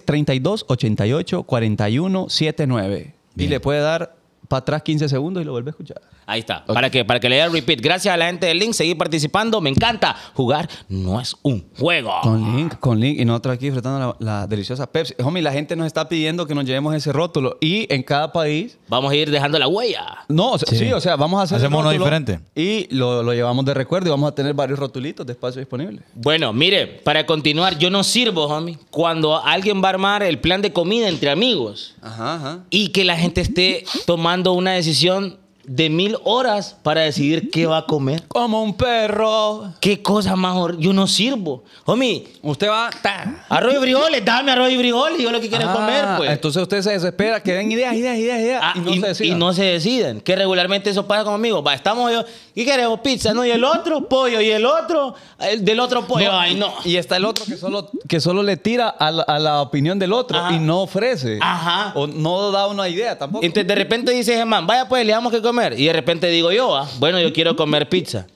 Speaker 1: 32884179. Y
Speaker 2: Bien.
Speaker 1: le puede dar para atrás 15 segundos y lo vuelve a escuchar.
Speaker 3: Ahí está. Para que para que le dé repeat. Gracias a la gente del Link, seguir participando. Me encanta. Jugar no es un juego.
Speaker 1: Con Link, con Link. Y nosotros aquí disfrutando la, la deliciosa Pepsi. Homie, la gente nos está pidiendo que nos llevemos ese rótulo. Y en cada país...
Speaker 3: Vamos a ir dejando la huella.
Speaker 1: No, o sea, sí.
Speaker 2: Sí.
Speaker 1: o sea, vamos a hacer el
Speaker 2: Hacemos uno
Speaker 1: rótulo
Speaker 2: diferente.
Speaker 1: Y lo, lo llevamos de recuerdo y vamos a tener varios rotulitos de espacio disponible.
Speaker 3: Bueno, mire, para continuar, yo no sirvo, homie, cuando alguien va a armar el plan de comida entre amigos
Speaker 1: Ajá, ajá.
Speaker 3: y que la gente esté tomando una decisión de mil horas para decidir qué va a comer.
Speaker 1: Como un perro.
Speaker 3: ¿Qué cosa más hor- Yo no sirvo. Homie,
Speaker 1: Usted va. ta.
Speaker 3: arroz y frijoles, dame arroz y frijoles, yo lo que quiero es
Speaker 1: Ah,
Speaker 3: comer, pues.
Speaker 1: Entonces usted se desespera, que den ideas, ideas, ideas, ideas.
Speaker 3: Ah,
Speaker 1: y no se deciden.
Speaker 3: no se deciden. Que regularmente eso pasa con amigos. Va, estamos yo. ¿Y queremos? Pizza, ¿no? Y el otro, pollo, y el otro, el del otro pollo. Ay, no.
Speaker 1: Y está el otro que solo, que solo le tira a la, a la opinión del otro
Speaker 3: Ajá.
Speaker 1: y no ofrece.
Speaker 3: Ajá.
Speaker 1: O no da una idea tampoco.
Speaker 3: Entonces de repente dice Germán, vaya pues, le damos que comer. Y de repente digo yo, ah, bueno, yo quiero comer pizza.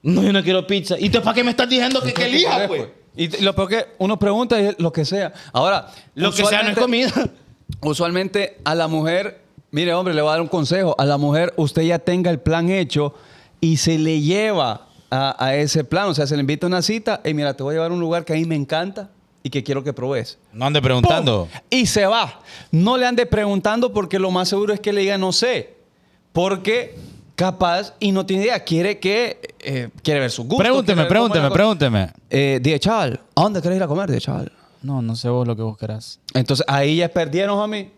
Speaker 3: No, yo no quiero pizza. ¿Y tú para qué me estás diciendo que, que elija, pues?
Speaker 1: Y t- lo peor que uno pregunta es lo que sea. Ahora,
Speaker 3: Lo que sea no es
Speaker 1: usualmente-
Speaker 3: comida.
Speaker 1: Usualmente a la mujer, mire hombre, le voy a dar un consejo, a la mujer usted ya tenga el plan hecho y se le lleva a, a ese plan, o sea, se le invita a una cita y mira, te voy a llevar a un lugar que a mí me encanta y que quiero que probes.
Speaker 2: No ande preguntando.
Speaker 1: ¡Pum! Y se va. No le ande preguntando porque lo más seguro es que le diga no sé. Porque capaz y no tiene idea, quiere que eh, quiere ver su gusto. quiere
Speaker 2: Pregúnteme,
Speaker 1: ver cómo es la
Speaker 2: pregúnteme,
Speaker 1: cosa.
Speaker 2: pregúnteme.
Speaker 1: Eh, Die chaval, ¿a dónde querés ir a comer, Die chaval?
Speaker 2: No, no sé vos lo que vos querás.
Speaker 1: Entonces ahí ya perdieron, homie.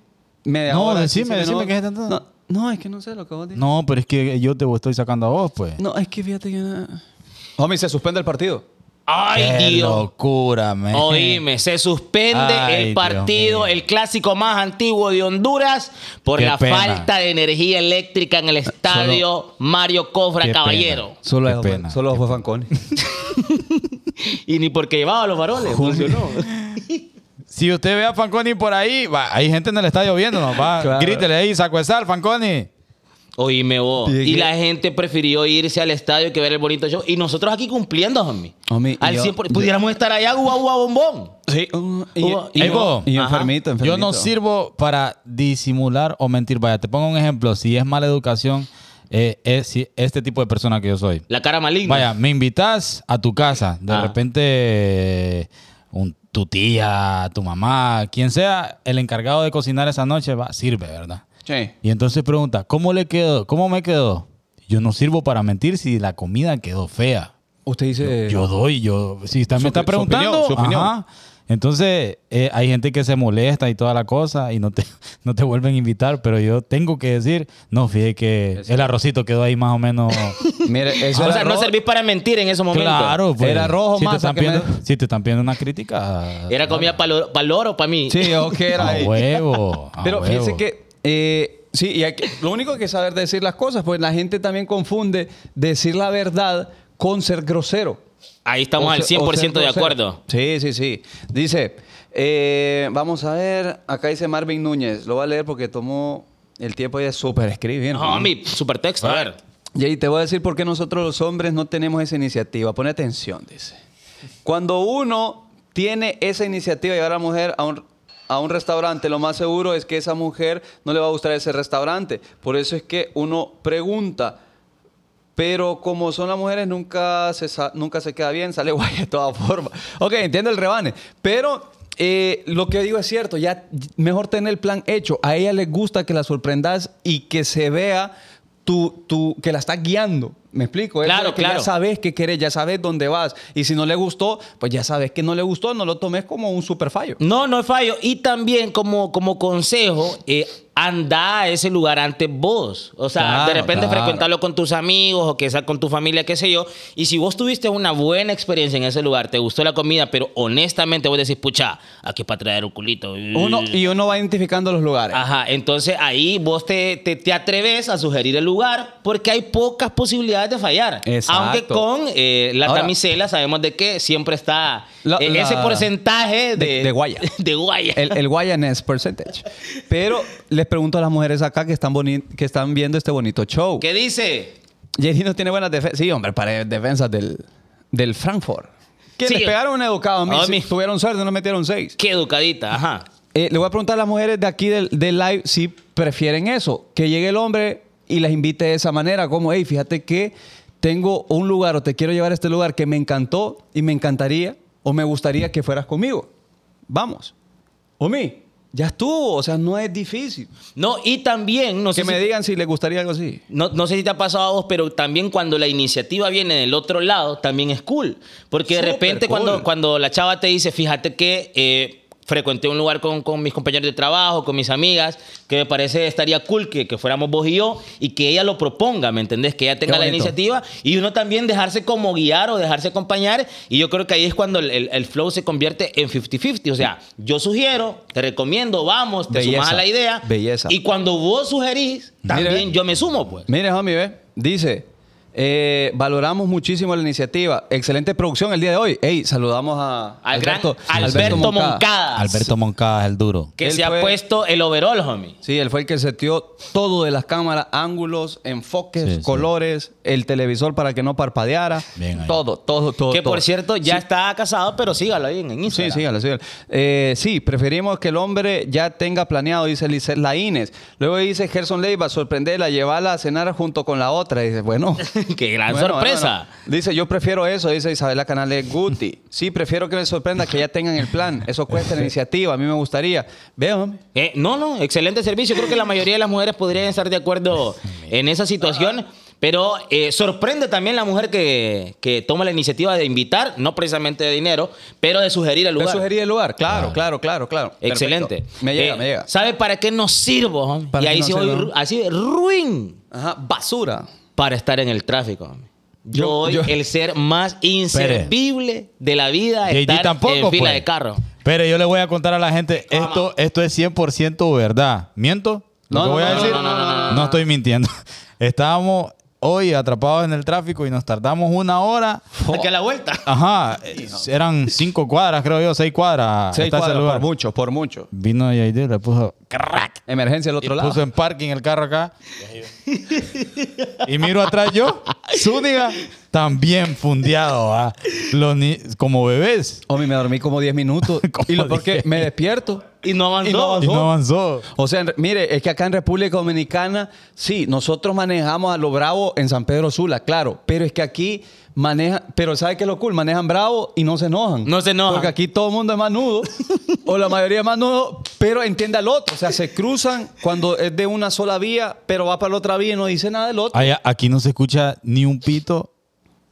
Speaker 1: Media
Speaker 2: No,
Speaker 1: hora,
Speaker 2: decime,
Speaker 1: 15
Speaker 2: decime
Speaker 1: minutos.
Speaker 2: qué es tanto.
Speaker 1: No, no, es que no sé lo que vos dices. No,
Speaker 2: No, pero es que yo te estoy sacando a vos, pues.
Speaker 1: es que fíjate que. no. Homie, se suspende el partido.
Speaker 3: Ay,
Speaker 2: Qué
Speaker 3: Dios.
Speaker 2: locura, man.
Speaker 3: Oíme, se suspende
Speaker 2: Ay,
Speaker 3: el
Speaker 2: Dios
Speaker 3: partido,
Speaker 2: mío.
Speaker 3: el clásico más antiguo de Honduras, por
Speaker 2: Qué
Speaker 3: la
Speaker 2: pena.
Speaker 3: falta de energía eléctrica en el estadio Mario Cofra
Speaker 2: Qué
Speaker 3: Caballero.
Speaker 2: pena.
Speaker 1: Solo,
Speaker 2: Qué
Speaker 1: es-
Speaker 2: pena,
Speaker 1: solo
Speaker 2: qué
Speaker 1: fue Fanconi.
Speaker 3: Y ni porque llevaba a los varones, funcionó.
Speaker 2: Si usted ve a Fanconi por ahí, va, hay gente en el estadio viéndonos, va.
Speaker 1: Claro.
Speaker 2: Grítele ahí, sacuestar, Fanconi.
Speaker 3: Oíme vos.
Speaker 1: Dije-
Speaker 3: Y la gente prefirió irse al estadio que ver el bonito show. Y nosotros aquí cumpliendo, homie.
Speaker 1: Homie, y
Speaker 3: al
Speaker 1: yo-
Speaker 3: 100%. Pudiéramos estar allá, uva, uva, bombón.
Speaker 1: Sí. Uh, y,
Speaker 3: Hubo-
Speaker 1: y-
Speaker 2: Ey, vos.
Speaker 1: y
Speaker 3: Ajá.
Speaker 1: enfermito, enfermito.
Speaker 2: Yo no sirvo para disimular o mentir. Vaya, te pongo un ejemplo. Si es mala educación, eh, es si- este tipo de persona que yo soy.
Speaker 3: La cara maligna.
Speaker 2: Vaya, me invitas a tu casa. De
Speaker 3: Ah.
Speaker 2: repente, eh, un, tu tía, tu mamá, quien sea el encargado de cocinar esa noche, va, sirve, ¿verdad?
Speaker 1: Sí.
Speaker 2: Y entonces pregunta, ¿cómo le quedó? ¿Cómo me quedó? Yo no sirvo para mentir si la comida quedó fea.
Speaker 1: Usted dice.
Speaker 2: Yo doy, yo. Si usted
Speaker 1: Su-
Speaker 2: me está
Speaker 1: su opinión,
Speaker 2: preguntando,
Speaker 1: su opinión.
Speaker 2: ajá. Entonces, eh, hay gente que se molesta y toda la cosa y no te, no te vuelven a invitar, pero yo tengo que decir, no, fíjate que el arrocito quedó ahí más o menos.
Speaker 1: Mire, eso
Speaker 3: Ah, o
Speaker 1: era
Speaker 3: sea, no
Speaker 1: ro-
Speaker 3: servís para mentir en esos momentos.
Speaker 2: claro, pues.
Speaker 1: Era rojo,
Speaker 2: si te,
Speaker 1: masa,
Speaker 2: están
Speaker 1: que me-
Speaker 2: pidiendo, si te están pidiendo una crítica.
Speaker 3: Era comida para el oro, para mí.
Speaker 1: Sí, o que era.
Speaker 2: a
Speaker 1: ahí.
Speaker 2: Ah, huevo. a
Speaker 1: Pero fíjense
Speaker 2: huevo.
Speaker 1: que. eh, sí, y hay que- lo único que saber decir las cosas, pues la gente también confunde decir la verdad con ser grosero.
Speaker 3: Ahí estamos
Speaker 1: O
Speaker 3: al
Speaker 1: sea- o
Speaker 3: 100% de
Speaker 1: sea,
Speaker 3: acuerdo.
Speaker 1: Sí, sí, sí. Dice, eh, vamos a ver, acá dice Marvin Núñez, lo voy a leer porque tomó el tiempo de súper escribir.
Speaker 3: No, homie, super texto. A ver.
Speaker 1: Y ahí te voy a decir por qué nosotros los hombres no tenemos esa iniciativa. Pone atención, dice. Cuando uno tiene esa iniciativa de llevar a la mujer a un, a un restaurante, lo más seguro es que esa mujer no le va a gustar ese restaurante. Por eso es que uno pregunta, Pero como son las mujeres, nunca se, sa- nunca se queda bien, sale guay de todas formas. Ok, entiendo el rebane. Pero eh, lo que digo es cierto, ya mejor tener el plan hecho. A ella le gusta que la sorprendas y que se vea tu, tu, que la estás guiando. ¿Me explico? Eso
Speaker 3: Claro,
Speaker 1: de que
Speaker 3: claro.
Speaker 1: Ya sabes qué querés, ya sabes dónde vas. Y si no le gustó, pues ya sabes que no le gustó, no lo tomes como un super fallo.
Speaker 3: No, no es fallo. Y también como, como consejo, eh, anda a ese lugar antes vos. O sea,
Speaker 1: Claro,
Speaker 3: de repente
Speaker 1: claro.
Speaker 3: frecuentarlo con tus amigos o que sea con tu familia, qué sé yo. Y si vos tuviste una buena experiencia en ese lugar, te gustó la comida, pero honestamente vos decís, pucha, aquí para traer un culito.
Speaker 1: Uno,
Speaker 3: Mm.
Speaker 1: y uno va identificando los lugares.
Speaker 3: Ajá, entonces ahí vos te, te, te atreves a sugerir el lugar porque hay pocas posibilidades de fallar.
Speaker 1: Exacto.
Speaker 3: Aunque con eh, la
Speaker 1: Ahora-
Speaker 3: damisela sabemos de que siempre está
Speaker 1: La-
Speaker 3: eh, ese
Speaker 1: la-
Speaker 3: porcentaje de,
Speaker 1: de- de guaya.
Speaker 3: De guaya.
Speaker 1: El, el Guayanese percentage. Pero les pregunto a las mujeres acá que están, boni- que están viendo este bonito show.
Speaker 3: ¿Qué dice?
Speaker 1: Jenny no tiene buenas defensas. Sí, hombre, para defensas del, del Frankfurt. Que
Speaker 3: Sí. eh.
Speaker 1: les pegaron un educado. A mí,
Speaker 3: A
Speaker 1: sí,
Speaker 3: mí.
Speaker 1: Tuvieron suerte, no metieron seis.
Speaker 3: Qué educadita, ajá.
Speaker 1: Eh, le voy a preguntar a las mujeres de aquí del, del live si prefieren eso. Que llegue el hombre y las invite de esa manera. Como, hey, fíjate que tengo un lugar o te quiero llevar a este lugar que me encantó y me encantaría o me gustaría que fueras conmigo. Vamos. Omi, ya estuvo. O sea, no es difícil.
Speaker 3: No, y también, no sé
Speaker 1: Que me
Speaker 3: si-
Speaker 1: digan si les gustaría algo así.
Speaker 3: No, no sé si te ha pasado a vos, pero también cuando la iniciativa viene del otro lado, también es cool. Porque de
Speaker 1: Súper
Speaker 3: repente
Speaker 1: cool.
Speaker 3: cuando, cuando la chava te dice, fíjate que eh, frecuenté un lugar con, con mis compañeros de trabajo, con mis amigas, que me parece estaría cool que, que fuéramos vos y yo, y que ella lo proponga, ¿me entendés? Que ella tenga la
Speaker 1: bonito.
Speaker 3: iniciativa y uno también dejarse como guiar o dejarse acompañar. Y yo creo que ahí es cuando el, el- el flow se convierte en 50-50. O sea, yo sugiero, te recomiendo, vamos, te
Speaker 1: Belleza.
Speaker 3: sumas a la idea.
Speaker 1: Belleza.
Speaker 3: Y cuando vos sugerís,
Speaker 1: Mire.
Speaker 3: también yo me sumo, pues.
Speaker 1: Mire, homie, ve. Dice, eh, valoramos muchísimo la iniciativa. Excelente producción el día de hoy. Ey, saludamos a
Speaker 3: Al gran Alberto Moncada.
Speaker 2: Alberto Moncada es el duro.
Speaker 3: Que
Speaker 1: Él
Speaker 3: se
Speaker 1: fue-
Speaker 3: ha puesto el overall, homie.
Speaker 1: Sí, él fue el que seteó todo de las cámaras, ángulos, enfoques,
Speaker 2: Sí, sí.
Speaker 1: colores, el televisor para que no parpadeara.
Speaker 2: Bien ahí.
Speaker 1: todo, todo, todo.
Speaker 3: que por
Speaker 1: todo.
Speaker 3: cierto ya está casado, pero sígalo ahí en en
Speaker 1: Sí,
Speaker 3: Instagram.
Speaker 1: sígale, sígale. Eh, sí, preferimos que el hombre ya tenga planeado, dice Lizeth Laínez. Luego dice Gerson Leiva, sorprenderla, llevarla a cenar junto con la otra. Dice, bueno.
Speaker 3: Qué gran
Speaker 1: Bueno,
Speaker 3: Ah, sorpresa.
Speaker 1: bueno, bueno. Dice, yo prefiero eso, dice Isabela Canales Guti. Sí, prefiero que me sorprenda que ya tengan el plan. Eso cuesta la iniciativa, a mí me gustaría. Veo,
Speaker 3: Eh, no, no, excelente servicio. Creo que la mayoría de las mujeres podrían estar de acuerdo en esa situación. Pero eh, sorprende también la mujer que, que toma la iniciativa de invitar, no precisamente de dinero, pero de sugerir el
Speaker 1: le
Speaker 3: lugar.
Speaker 1: sugerí el lugar. Claro, claro, claro, claro.
Speaker 3: Excelente.
Speaker 1: Perfecto. Me llega,
Speaker 3: Eh,
Speaker 1: me llega.
Speaker 3: ¿Sabe para qué nos sirvo? homie?
Speaker 1: ¿Para
Speaker 3: Y
Speaker 1: qué
Speaker 3: ahí
Speaker 1: nos
Speaker 3: sí voy
Speaker 1: sirvo?
Speaker 3: ru- así de ruin
Speaker 1: Ajá, basura.
Speaker 3: para estar en el tráfico. homie. Yo,
Speaker 1: Yo-
Speaker 3: soy
Speaker 1: yo-
Speaker 3: el ser más inservible de la vida
Speaker 2: JD
Speaker 3: estar
Speaker 2: tampoco,
Speaker 3: en fila
Speaker 2: pues.
Speaker 3: de carro.
Speaker 2: Pero yo le voy a contar a la gente, esto, esto es 100% verdad. ¿Miento? ¿Lo
Speaker 1: No,
Speaker 2: que
Speaker 1: no,
Speaker 2: voy a
Speaker 1: no, no,
Speaker 2: decir?
Speaker 1: no, no,
Speaker 2: No estoy mintiendo. Estábamos hoy atrapados en el tráfico y nos tardamos una hora.
Speaker 3: Aquí a la vuelta.
Speaker 2: Ajá, eran cinco cuadras, creo yo, seis cuadras.
Speaker 1: Seis
Speaker 2: hasta ese
Speaker 1: cuadras, por
Speaker 2: lugar.
Speaker 1: mucho, por mucho.
Speaker 2: Vino JD y le puso
Speaker 1: Emergencia al otro
Speaker 2: y
Speaker 1: lado.
Speaker 2: Puso en parking el carro acá. y miro atrás yo, Zúñiga, también fundeado, ¿va? Los ni- como bebés.
Speaker 1: Homie, me dormí como 10 minutos.
Speaker 2: Como
Speaker 1: y lo porque
Speaker 2: 10.
Speaker 1: me despierto.
Speaker 3: Y no avanzó.
Speaker 1: Y no avanzó.
Speaker 2: Y no avanzó.
Speaker 1: O sea, en- mire, es que acá en República Dominicana, sí, nosotros manejamos a lo bravo en San Pedro Sula, claro, pero es que aquí manejan, pero ¿sabe qué es lo cool? Manejan bravo y no se enojan.
Speaker 3: No se enojan.
Speaker 1: Porque aquí todo el mundo es manudo, o la mayoría es manudo, pero entiende al otro. O sea, se cruzan cuando es de una sola vía, pero va para la otra vía y no dice nada del otro.
Speaker 2: Allá- aquí no se escucha ni un pito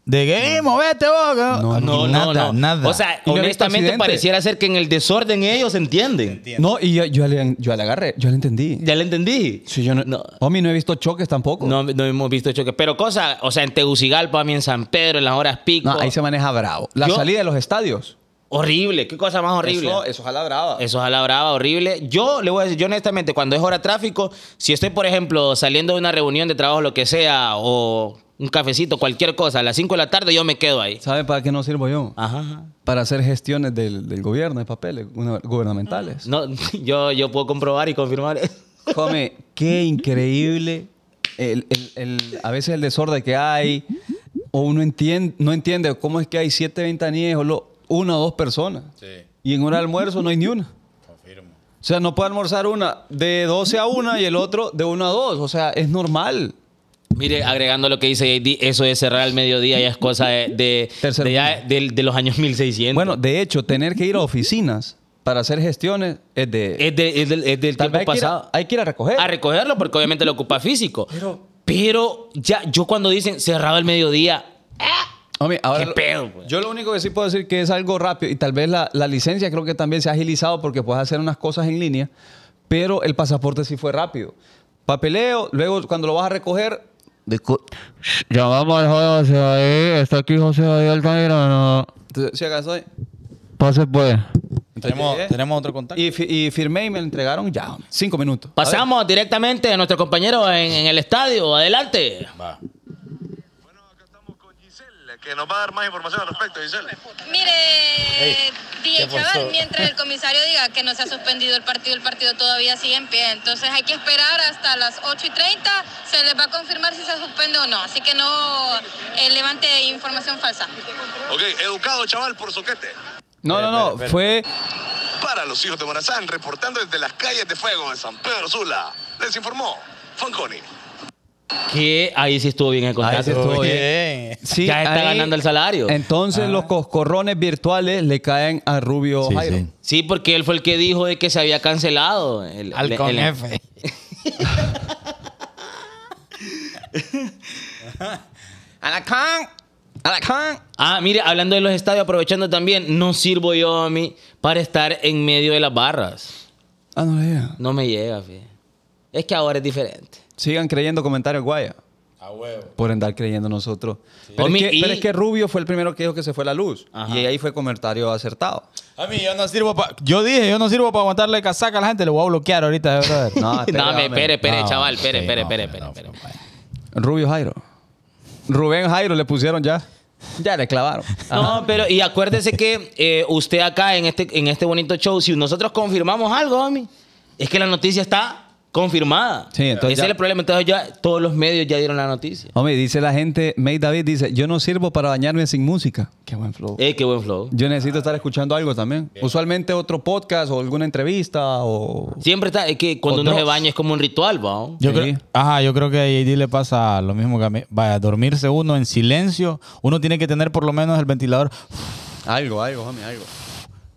Speaker 2: de que "Eh, movete vos. que-".
Speaker 1: No,
Speaker 2: Aquí
Speaker 3: No,
Speaker 2: nada,
Speaker 3: no, no.
Speaker 2: nada.
Speaker 3: O sea,
Speaker 1: Y no he visto
Speaker 3: honestamente
Speaker 1: accidente.
Speaker 3: pareciera ser que en el desorden ellos entienden.
Speaker 1: No, y yo, yo le, yo le agarré, yo le entendí.
Speaker 3: Ya lo entendí.
Speaker 1: Sí, yo no,
Speaker 3: No.
Speaker 1: Homie, no he visto choques tampoco.
Speaker 3: No, no hemos visto choques. Pero cosas, o sea, en Tegucigalpa, a mí en San Pedro, en las horas pico.
Speaker 1: No, ahí se maneja bravo. La
Speaker 3: Yo-
Speaker 1: salida de los estadios.
Speaker 3: Horrible, qué cosa más horrible.
Speaker 1: Eso,
Speaker 3: Eso,
Speaker 1: eso jala brava.
Speaker 3: es a la brava, horrible. Yo le voy a decir, yo honestamente, cuando es hora de tráfico, si estoy, por ejemplo, saliendo de una reunión de trabajo, lo que sea, o un cafecito, cualquier cosa, a las 5 de la tarde yo me quedo ahí.
Speaker 1: ¿Sabe para qué no sirvo yo?
Speaker 3: Ajá, ajá.
Speaker 1: para hacer gestiones del, del gobierno, de papeles guberna- gubernamentales.
Speaker 3: No, yo, yo puedo comprobar y confirmar.
Speaker 1: Come, qué increíble el- el- el- a veces el desorden que hay, o uno entiende, no entiende cómo es que hay siete ventanillas, o lo- una o dos personas, y en un almuerzo no hay ni una. O sea, no puede almorzar una de 12 a 1 y el otro de 1 a 2. O sea, es normal.
Speaker 3: Mire, agregando lo que dice JD, eso de cerrar al mediodía ya es cosa de, de,
Speaker 1: Tercer
Speaker 3: de ya del- de los años 1600.
Speaker 1: Bueno, de hecho, tener que ir a oficinas para hacer gestiones es de...
Speaker 3: es, de- es del, es del
Speaker 1: Tal vez
Speaker 3: tiempo
Speaker 1: hay que ir a-
Speaker 3: pasado.
Speaker 1: hay que ir a recoger.
Speaker 3: a recogerlo porque obviamente lo ocupa físico. Pero, ya, yo cuando dicen cerrado el mediodía,
Speaker 1: Hombre, ahora
Speaker 3: ¿Qué
Speaker 1: lo-
Speaker 3: pedo, pues?
Speaker 1: Yo lo único que sí puedo decir que es algo rápido y tal vez la, la licencia creo que también se ha agilizado porque puedes hacer unas cosas en línea, pero el pasaporte sí fue rápido. Papeleo, luego cuando lo vas a recoger,
Speaker 5: Llamamos al joven José David, está aquí José David Altamirano.
Speaker 1: te- si acaso ahí,
Speaker 5: Pase pues.
Speaker 2: Tenemos,
Speaker 1: llegué.
Speaker 2: tenemos otro contacto.
Speaker 1: y, fi- y firmé y me lo entregaron ya, hombre, cinco minutos. A ver.
Speaker 3: pasamos directamente a nuestro compañero en, en el estadio. Adelante.
Speaker 2: Va.
Speaker 4: Bueno, acá estamos con Giselle, que nos va a dar más información al respecto, Giselle.
Speaker 6: Mire, DJ
Speaker 2: pasó?
Speaker 6: Chaval, mientras el comisario diga que no se ha suspendido el partido, el partido todavía sigue en pie. Entonces hay que esperar hasta las 8 y 30, se les va a confirmar si se suspende o no. Así que no eh, levante información falsa.
Speaker 4: Ok, educado chaval por soquete.
Speaker 1: No, no, no, fue...
Speaker 4: Para los hijos de Morazán, reportando desde las calles de fuego de San Pedro Sula, les informó Fanconi.
Speaker 3: Que ahí sí estuvo bien el contacto.
Speaker 1: Ahí sí estuvo bien.
Speaker 2: Bien.
Speaker 1: sí,
Speaker 3: Ya está ganando el salario.
Speaker 1: Entonces los coscorrones virtuales le caen a Rubio
Speaker 2: Ah. Sí,
Speaker 1: Jairo.
Speaker 2: sí.
Speaker 3: Sí, porque él fue el que dijo de que se había cancelado. El, el-
Speaker 2: Halcón
Speaker 3: el-
Speaker 2: F.
Speaker 3: Ah, mire, hablando de los estadios, aprovechando también, no sirvo yo a mí para estar en medio de las barras.
Speaker 1: Ah, no, ya.
Speaker 3: No me llega, fíjate. Es que ahora es diferente.
Speaker 1: Sigan creyendo comentarios guaya. Por andar creyendo nosotros. Pero,
Speaker 3: Homie,
Speaker 1: es que,
Speaker 3: y-
Speaker 1: pero es que Rubio fue el primero que dijo que se fue la luz.
Speaker 3: Ajá.
Speaker 1: Y ahí fue comentario acertado.
Speaker 2: A mí yo no sirvo para... Yo dije, yo no sirvo para aguantarle casaca a la gente. Lo voy a bloquear ahorita, de verdad.
Speaker 1: No,
Speaker 3: no, me, espere,
Speaker 1: Eh,
Speaker 3: espere,
Speaker 2: No,
Speaker 3: chaval, espere,
Speaker 2: sí, no,
Speaker 3: espere, espere,
Speaker 2: hombre,
Speaker 3: espere.
Speaker 2: no,
Speaker 3: espere.
Speaker 2: hombre, no.
Speaker 1: Rubio Jairo. Rubén Jairo le pusieron ya. Ya le clavaron.
Speaker 3: No, pero y acuérdese que eh, usted acá en este, en este bonito show, si nosotros confirmamos algo, homie, es que la noticia está confirmada.
Speaker 1: Sí, entonces
Speaker 3: Ese
Speaker 1: ya-
Speaker 3: es el problema. Entonces ya todos los medios ya dieron la noticia.
Speaker 1: Hombre, dice la gente, May David dice, yo no sirvo para bañarme sin música. Qué buen
Speaker 2: Oh.
Speaker 1: flow.
Speaker 3: Eh, qué buen flow.
Speaker 1: Yo necesito estar escuchando algo también. Usualmente otro podcast o alguna entrevista o...
Speaker 3: Siempre está, es que cuando
Speaker 1: O
Speaker 3: uno se
Speaker 1: drops.
Speaker 3: baña es como un ritual, ¿va?
Speaker 2: Yo
Speaker 1: Sí.
Speaker 2: creo, ajá, yo creo que a JD le pasa lo mismo que a mí. Vaya, dormirse uno en silencio. Uno tiene que tener por lo menos el ventilador.
Speaker 1: Algo, algo, homie, algo.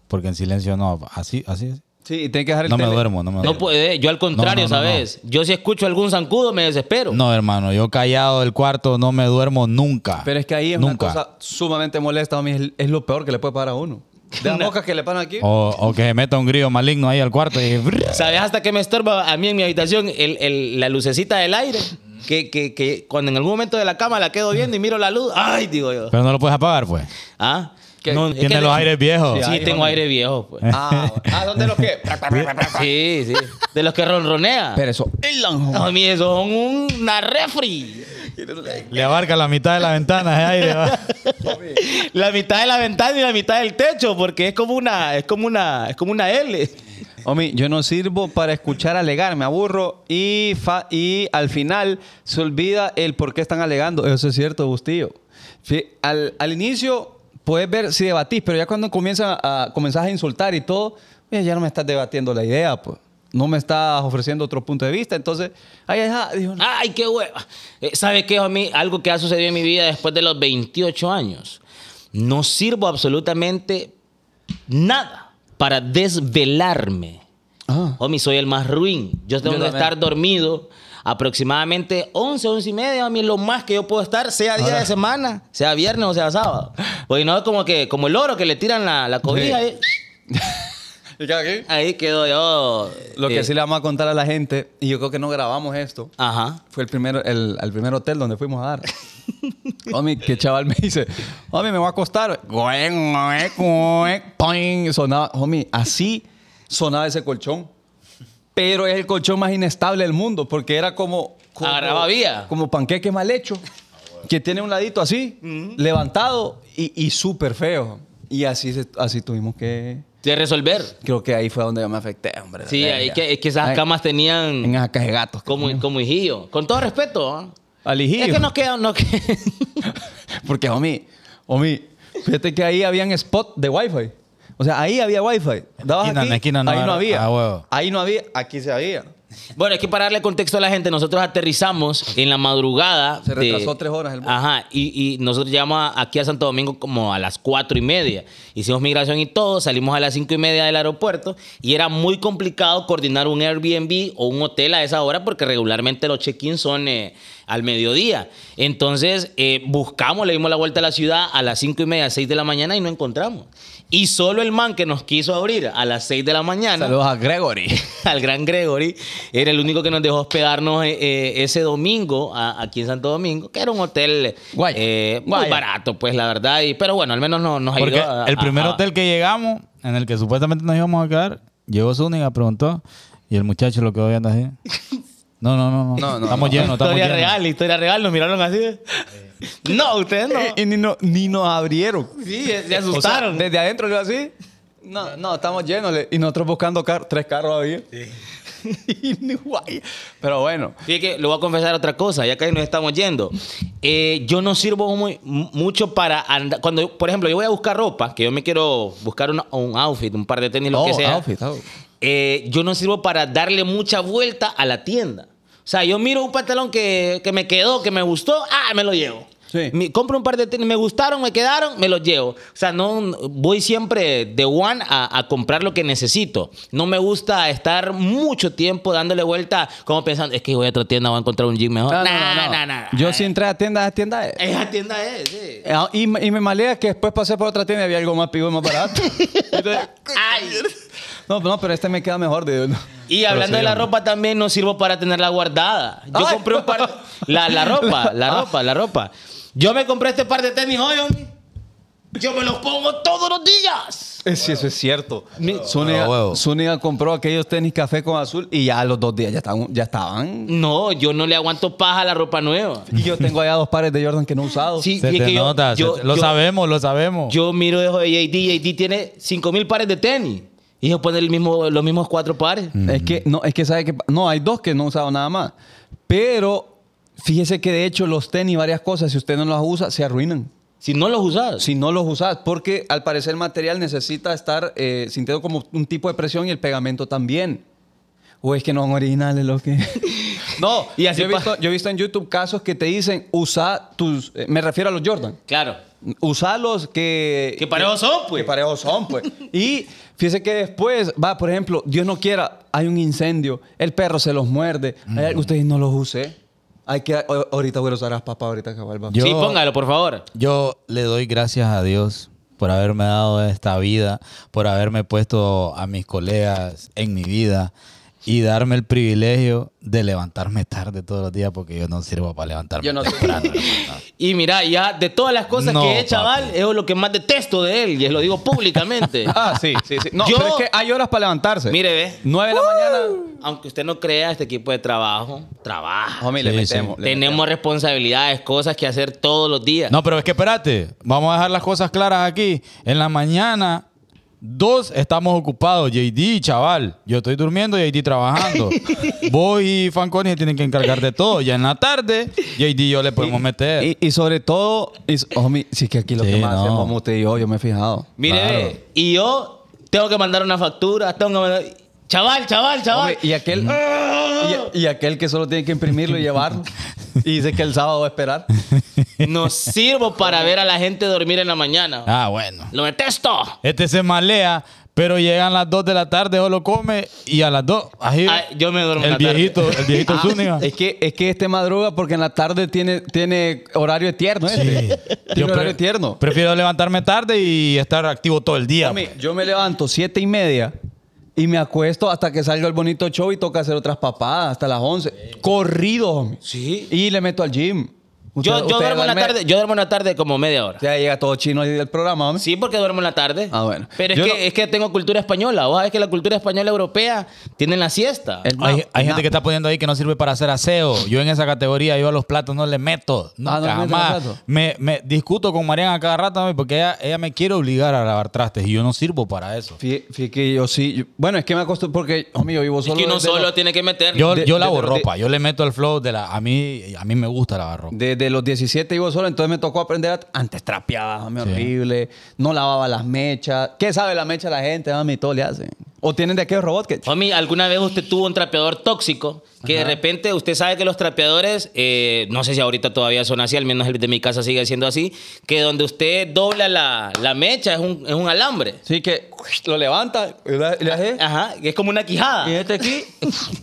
Speaker 2: Porque en silencio no. Así, así.
Speaker 1: Sí, y tiene que dejar el
Speaker 2: No me
Speaker 1: tele.
Speaker 2: duermo, no me duermo.
Speaker 3: No puede, yo al contrario,
Speaker 2: No, no, no,
Speaker 3: ¿sabes? Yo si escucho algún zancudo me desespero.
Speaker 2: No, hermano, yo callado del cuarto no me duermo nunca.
Speaker 1: Pero es que ahí es
Speaker 2: nunca.
Speaker 1: una cosa sumamente molesta, homie. Es, es lo peor que le puede pagar a uno. De las moscas que le paran aquí.
Speaker 2: O, o que se meta un grillo maligno ahí al cuarto y...
Speaker 3: ¿Sabes hasta que me estorba a mí en mi habitación el- el- la lucecita del aire? Que, que, que cuando en algún momento de la cama la quedo viendo y miro la luz, ¡ay! Digo yo.
Speaker 2: Pero no lo puedes apagar, pues.
Speaker 3: ¿Ah?
Speaker 1: ¿Qué?
Speaker 3: No, es
Speaker 2: Tiene
Speaker 3: que
Speaker 2: los
Speaker 3: le-
Speaker 2: aires viejos.
Speaker 3: Sí,
Speaker 1: Ay,
Speaker 3: tengo
Speaker 1: hombre.
Speaker 3: aire viejo, pues.
Speaker 1: Ah, ah, ¿dónde los que?
Speaker 3: Sí, sí. De los que ronronea.
Speaker 1: Pero eso.
Speaker 3: No, mire, son una refri.
Speaker 2: Le abarca la mitad de la ventana de aire. va.
Speaker 3: La mitad de la ventana y la mitad del techo, porque es como una, es como una, es como una L.
Speaker 1: Homie, yo no sirvo para escuchar alegar, me aburro y, fa- y al final se olvida el por qué están alegando. Eso es cierto, Bustillo. Fí- Al, al inicio puedes ver si debatís, pero ya cuando comienza a, comenzás a insultar y todo, mira, ya no me estás debatiendo la idea, pues. No me estás ofreciendo otro punto de vista. Entonces, ahí está. Dijo,
Speaker 3: Ay, qué hueva. Eh, ¿Sabe qué, a mí Algo que ha sucedido en mi vida después de los 28 años. No sirvo absolutamente nada para desvelarme.
Speaker 1: "Ah".
Speaker 3: Homie, soy el más ruin. Yo tengo
Speaker 1: Yo
Speaker 3: que
Speaker 1: también.
Speaker 3: estar dormido aproximadamente 11, 11 y media. Homie, lo más que yo puedo estar, sea día de semana, sea viernes o sea sábado. Porque no es como que, como el oro que le tiran la, la cobija.
Speaker 1: Sí.
Speaker 3: eh. Ahí quedo yo.
Speaker 1: Lo que
Speaker 3: eh,
Speaker 1: sí le vamos a contar a la gente, y yo creo que no grabamos esto,
Speaker 3: Ajá.
Speaker 1: Fue el primer, el, al primer hotel donde fuimos a dar. Homie, que chaval me dice, homie, me voy a acostar. Goe, goe, goe, poing. Sonaba, homie, así sonaba ese colchón. Pero es el colchón más inestable del mundo, porque era como... como
Speaker 3: Agarraba vía.
Speaker 1: Como panqueque mal hecho, que tiene un ladito así, levantado y, y súper feo. Y así, se- así tuvimos que...
Speaker 3: De resolver.
Speaker 1: Creo que ahí fue donde yo me afecté, hombre.
Speaker 3: Sí,
Speaker 1: Verga.
Speaker 3: ahí que, es que esas
Speaker 1: Ay,
Speaker 3: camas tenían.
Speaker 1: En esas cajas de gatos. que
Speaker 3: Como,
Speaker 1: teníamos.
Speaker 3: como hijillo. Con todo respeto. ¿ah?
Speaker 1: Al hijillo.
Speaker 3: Es que nos queda. Nos queda-
Speaker 1: Porque, homie, homie, fíjate que ahí habían spot de Wi-Fi. O sea, ahí había Wi-Fi. Dabas aquí,
Speaker 2: Esquina, en la esquina no
Speaker 1: ahí no
Speaker 2: era.
Speaker 1: había.
Speaker 2: Ah, huevo.
Speaker 1: Ahí no había, aquí se había.
Speaker 3: Bueno, es que para darle contexto a la gente, nosotros aterrizamos en la madrugada.
Speaker 1: Se
Speaker 3: de-
Speaker 1: retrasó tres horas el vuelo.
Speaker 3: Ajá, y, y nosotros llegamos a- aquí a Santo Domingo como a las cuatro y media. Hicimos migración y todo, salimos a las cinco y media del aeropuerto y era muy complicado coordinar un Airbnb o un hotel a esa hora porque regularmente los check-ins son eh, al mediodía. Entonces eh, buscamos, le dimos la vuelta a la ciudad a las cinco y media, seis de la mañana y no encontramos. Y solo el man que nos quiso abrir a las seis de la mañana
Speaker 1: Saludos a Gregory.
Speaker 3: al gran Gregory, era el único que nos dejó hospedarnos eh, eh, ese domingo a- aquí en Santo Domingo, que era un hotel
Speaker 1: Guaya.
Speaker 3: eh, muy
Speaker 1: Guaya.
Speaker 3: barato, pues la verdad. Y, pero bueno, al menos no, nos ayudó.
Speaker 2: Porque
Speaker 3: a-
Speaker 2: el
Speaker 3: a-
Speaker 2: primer
Speaker 3: a-
Speaker 2: hotel que llegamos, en el que supuestamente nos íbamos a quedar, llegó Zúñiga, preguntó, y el muchacho lo quedó viendo así. No, no, no, no.
Speaker 1: No, no,
Speaker 2: estamos
Speaker 1: no.
Speaker 2: llenos, estamos
Speaker 3: historia
Speaker 2: llenos.
Speaker 3: real, historia real, nos miraron así. de- No, ustedes no.
Speaker 1: Y ni, no- ni nos abrieron.
Speaker 3: Sí, se
Speaker 1: O sea,
Speaker 3: asustaron.
Speaker 1: desde adentro yo así. No, no, estamos llenos. le- Y nosotros buscando car- tres carros ahí. Y ni guay. Pero bueno.
Speaker 3: Fíjate que le voy a confesar otra cosa, ya que nos estamos yendo. Eh, yo no sirvo muy- mu- mucho para andar. Cuando, por ejemplo, yo voy a buscar ropa, que yo me quiero buscar una- un outfit, un par de tenis, lo que
Speaker 1: Oh,
Speaker 3: sea.
Speaker 1: outfit, outfit.
Speaker 3: Eh, yo no sirvo para darle mucha vuelta a la tienda. O sea, yo miro un pantalón que, que me quedó, que me gustó, ah, me lo llevo.
Speaker 1: Sí.
Speaker 3: Mi- compro un par de tenis, me gustaron, me quedaron, me los llevo. O sea, no no- voy siempre de one a, a comprar lo que necesito. No me gusta estar mucho tiempo dándole vuelta, como pensando, es que voy a otra tienda, voy a encontrar un jean mejor.
Speaker 1: No, no, no,
Speaker 3: Nah,
Speaker 1: no.
Speaker 3: nah, nah, nah.
Speaker 1: Yo sí entré a tiendas, a tiendas. eh,
Speaker 3: Esa tienda es, sí.
Speaker 1: eh, Y, me- y me malea que después pasé por otra tienda y había algo más pivo y más barato. Entonces,
Speaker 3: Ay.
Speaker 1: no, no, pero este me queda mejor. digo, no.
Speaker 3: Y hablando de la ropa también no sirvo para tenerla guardada. Yo
Speaker 1: Ay.
Speaker 3: compré un par de- la, la ropa, la ropa, la ropa. Yo me compré este par de tenis hoy, homie. Yo me los pongo todos los días.
Speaker 1: Eh, Sí, eso es cierto.
Speaker 2: Ah, huevo.
Speaker 1: Zúñiga, Zúñiga compró aquellos tenis café con azul y ya a los dos días ya estaban. Ya estaban.
Speaker 3: No, yo no le aguanto paja a la ropa nueva.
Speaker 1: Y yo tengo allá dos pares de Jordan que no he usado.
Speaker 3: Sí,
Speaker 2: Se
Speaker 3: y es
Speaker 2: te
Speaker 3: que yo-
Speaker 2: nota, se
Speaker 3: yo-
Speaker 2: te- lo
Speaker 3: yo-
Speaker 2: sabemos, lo sabemos.
Speaker 3: Yo miro eso de JD, JD tiene 5 mil pares de tenis. Y yo poner el mismo, los mismos cuatro pares.
Speaker 2: Mm.
Speaker 1: Es que no, es que sabe que no, hay dos que no he usado nada más. Pero fíjese que de hecho los tenis, varias cosas, si usted no las usa, se arruinan.
Speaker 3: Si no los usas.
Speaker 1: Si no los usas, porque al parecer el material necesita estar eh, sintiendo como un tipo de presión y el pegamento también. O es que no son originales los que. no,
Speaker 3: Y así
Speaker 1: yo, he
Speaker 3: pa-
Speaker 1: visto, yo he visto en YouTube casos que te dicen, usa tus. eh, me refiero a los Jordan.
Speaker 3: Claro.
Speaker 1: Usalos que.
Speaker 3: Que parejos son, pues.
Speaker 1: Que parejos son, pues. Y fíjese que después, va, por ejemplo, Dios no quiera, hay un incendio, el perro se los muerde,
Speaker 3: Mm.
Speaker 1: hay algo- ustedes no los use. Hay que. o- ahorita voy a usar las papas, ahorita que vuelva.
Speaker 2: Yo-
Speaker 3: Sí, póngalo, por favor.
Speaker 2: Yo le doy gracias a Dios por haberme dado esta vida, por haberme puesto a mis colegas en mi vida y darme el privilegio de levantarme tarde todos los días porque yo no sirvo para levantarme
Speaker 1: Yo no sé.
Speaker 2: temprano, hermano.
Speaker 3: Y mira, ya de todas las cosas
Speaker 2: No,
Speaker 3: que es, chaval,
Speaker 2: papi.
Speaker 3: es lo que más detesto de él, y lo digo públicamente.
Speaker 1: Ah, sí, sí, sí. No,
Speaker 3: Yo-
Speaker 1: pero es que hay horas para levantarse.
Speaker 3: Mire, ve.
Speaker 1: 9 de la mañana.
Speaker 3: Aunque usted no crea, este equipo de trabajo trabaja.
Speaker 1: Homie, le
Speaker 2: Sí,
Speaker 1: metemos. le
Speaker 3: Tenemos responsabilidades, cosas que hacer todos los días.
Speaker 2: No, pero es que espérate, vamos a dejar las cosas claras aquí. En la mañana, dos estamos ocupados, JD, chaval. Yo estoy durmiendo, JD trabajando. Vos y Fanconi se tienen que encargar de todo. Ya en la tarde, JD y yo le podemos meter.
Speaker 1: Y, y sobre todo, y, homie, sí que aquí lo
Speaker 2: Sí,
Speaker 1: que más
Speaker 2: no.
Speaker 1: hacemos usted y yo, yo me he fijado.
Speaker 3: Mire,
Speaker 2: claro.
Speaker 3: ve, y yo tengo que mandar una factura, tengo que mandar... Chaval, chaval, chaval.
Speaker 1: Homie, y aquel
Speaker 3: Mm.
Speaker 1: y, y aquel que solo tiene que imprimirlo y llevarlo. Y dice que el sábado va a esperar.
Speaker 3: No sirvo para ver a la gente dormir en la mañana.
Speaker 2: Ah, bueno.
Speaker 3: Lo detesto.
Speaker 2: Este se malea, pero llegan las 2 de la tarde, solo come y a las 2. Ahí,
Speaker 3: Ah, yo me duermo en
Speaker 2: el
Speaker 3: la tarde. Ah,
Speaker 2: viejito, el viejito Zúñiga.
Speaker 1: Es que, es que este madruga porque en la tarde tiene, tiene horario tierno.
Speaker 2: Sí.
Speaker 1: Este. Tiene
Speaker 2: Yo pre-
Speaker 1: horario tierno.
Speaker 2: Prefiero levantarme tarde y estar activo todo el día.
Speaker 1: Homie,
Speaker 2: pues.
Speaker 1: yo me levanto siete y media y me acuesto hasta que salga el bonito show y toca hacer otras papadas hasta las 11. Corrido, homie.
Speaker 3: Sí.
Speaker 1: Y le meto al gym. Usted-
Speaker 3: Yo, yo
Speaker 1: usted
Speaker 3: duermo en la
Speaker 1: duerme-
Speaker 3: tarde, yo duermo en la tarde como media hora.
Speaker 1: Ya llega todo chino ahí del programa, homie.
Speaker 3: Sí, porque duermo en la tarde.
Speaker 1: Ah, bueno.
Speaker 3: Pero es
Speaker 1: Yo
Speaker 3: que,
Speaker 1: no-
Speaker 3: es que tengo cultura española. Vos sabés que la cultura española europea tiene la siesta.
Speaker 1: El-
Speaker 2: hay
Speaker 1: no,
Speaker 2: hay
Speaker 1: no.
Speaker 2: gente que está poniendo ahí que no sirve para hacer aseo. Yo en esa categoría, yo a los platos no le meto.
Speaker 1: Ah,
Speaker 2: Nunca,
Speaker 1: no le meten los
Speaker 2: jamás.
Speaker 1: platos.
Speaker 2: Me, me discuto con Mariana cada rato homie, porque ella, ella me quiere obligar a lavar trastes y yo no sirvo para eso.
Speaker 1: Fí- Fíjate que yo sí. yo- bueno, es que me acostumbré porque, homie, yo vivo
Speaker 3: es
Speaker 1: solo.
Speaker 3: que uno
Speaker 1: desde
Speaker 3: solo
Speaker 1: los-
Speaker 3: tiene que meter.
Speaker 2: Yo,
Speaker 1: De-
Speaker 2: yo
Speaker 1: de-
Speaker 2: lavo
Speaker 1: de-
Speaker 2: ropa, yo le meto el flow de la... A mí, a mí me gusta lavar ropa.
Speaker 1: Desde los 17 vivo solo, entonces me tocó aprender. a- antes trapeaba, homie,
Speaker 2: Sí.
Speaker 1: horrible. No lavaba las mechas. ¿Qué sabe la mecha la gente? Homie, todo le hacen. ¿O tienen de aquellos robots que...
Speaker 3: Homie, ¿alguna vez usted tuvo un trapeador tóxico? Que de repente usted sabe que los trapeadores, eh, no sé si ahorita todavía son así, al menos el de mi casa sigue siendo así, que donde usted dobla la, la mecha es un, es un alambre.
Speaker 1: Sí, que lo levanta y lo y lo hace,
Speaker 3: Ajá, que es como una
Speaker 1: y
Speaker 3: quijada.
Speaker 1: este aquí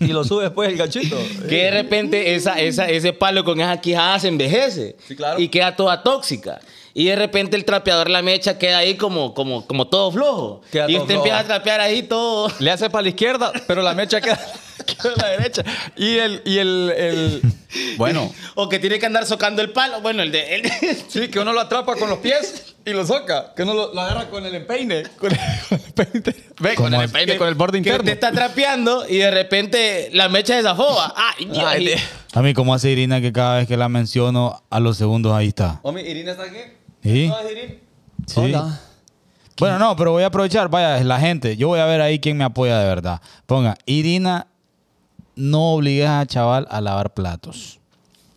Speaker 1: y lo sube después el ganchito.
Speaker 3: Que de repente esa, esa, ese palo con esa quijada se envejece
Speaker 1: Sí, claro.
Speaker 3: y queda toda tóxica. Y de repente el trapeador, la mecha, queda ahí como, como, como todo flojo.
Speaker 1: Queda
Speaker 3: y
Speaker 1: todo
Speaker 3: usted empieza
Speaker 1: flojo.
Speaker 3: a trapear ahí todo.
Speaker 1: Le hace para la izquierda, pero la mecha queda, queda a la derecha. Y el... Y el, el- Bueno.
Speaker 3: O que tiene que andar socando el palo. Bueno, el de... el-
Speaker 1: Sí, que uno lo atrapa con los pies y lo soca. Que uno lo, lo agarra con el empeine. Con el, con el empeine inter- Ve, con el empeine, con el borde
Speaker 3: que
Speaker 1: interno.
Speaker 3: te está trapeando y de repente la mecha desafoba. Ay, Dios.
Speaker 1: Ay,
Speaker 3: Y-
Speaker 1: de-
Speaker 2: A mí, como hace Irina que cada vez que la menciono, a los segundos ahí está.
Speaker 1: Homie, Irina está aquí.
Speaker 2: Sí.
Speaker 1: ¿No es Irina?
Speaker 2: Sí. Bueno, no, pero voy a aprovechar, vaya, es la gente. Yo voy a ver ahí quién me apoya de verdad. Ponga, Irina, no obligues a chaval a lavar platos.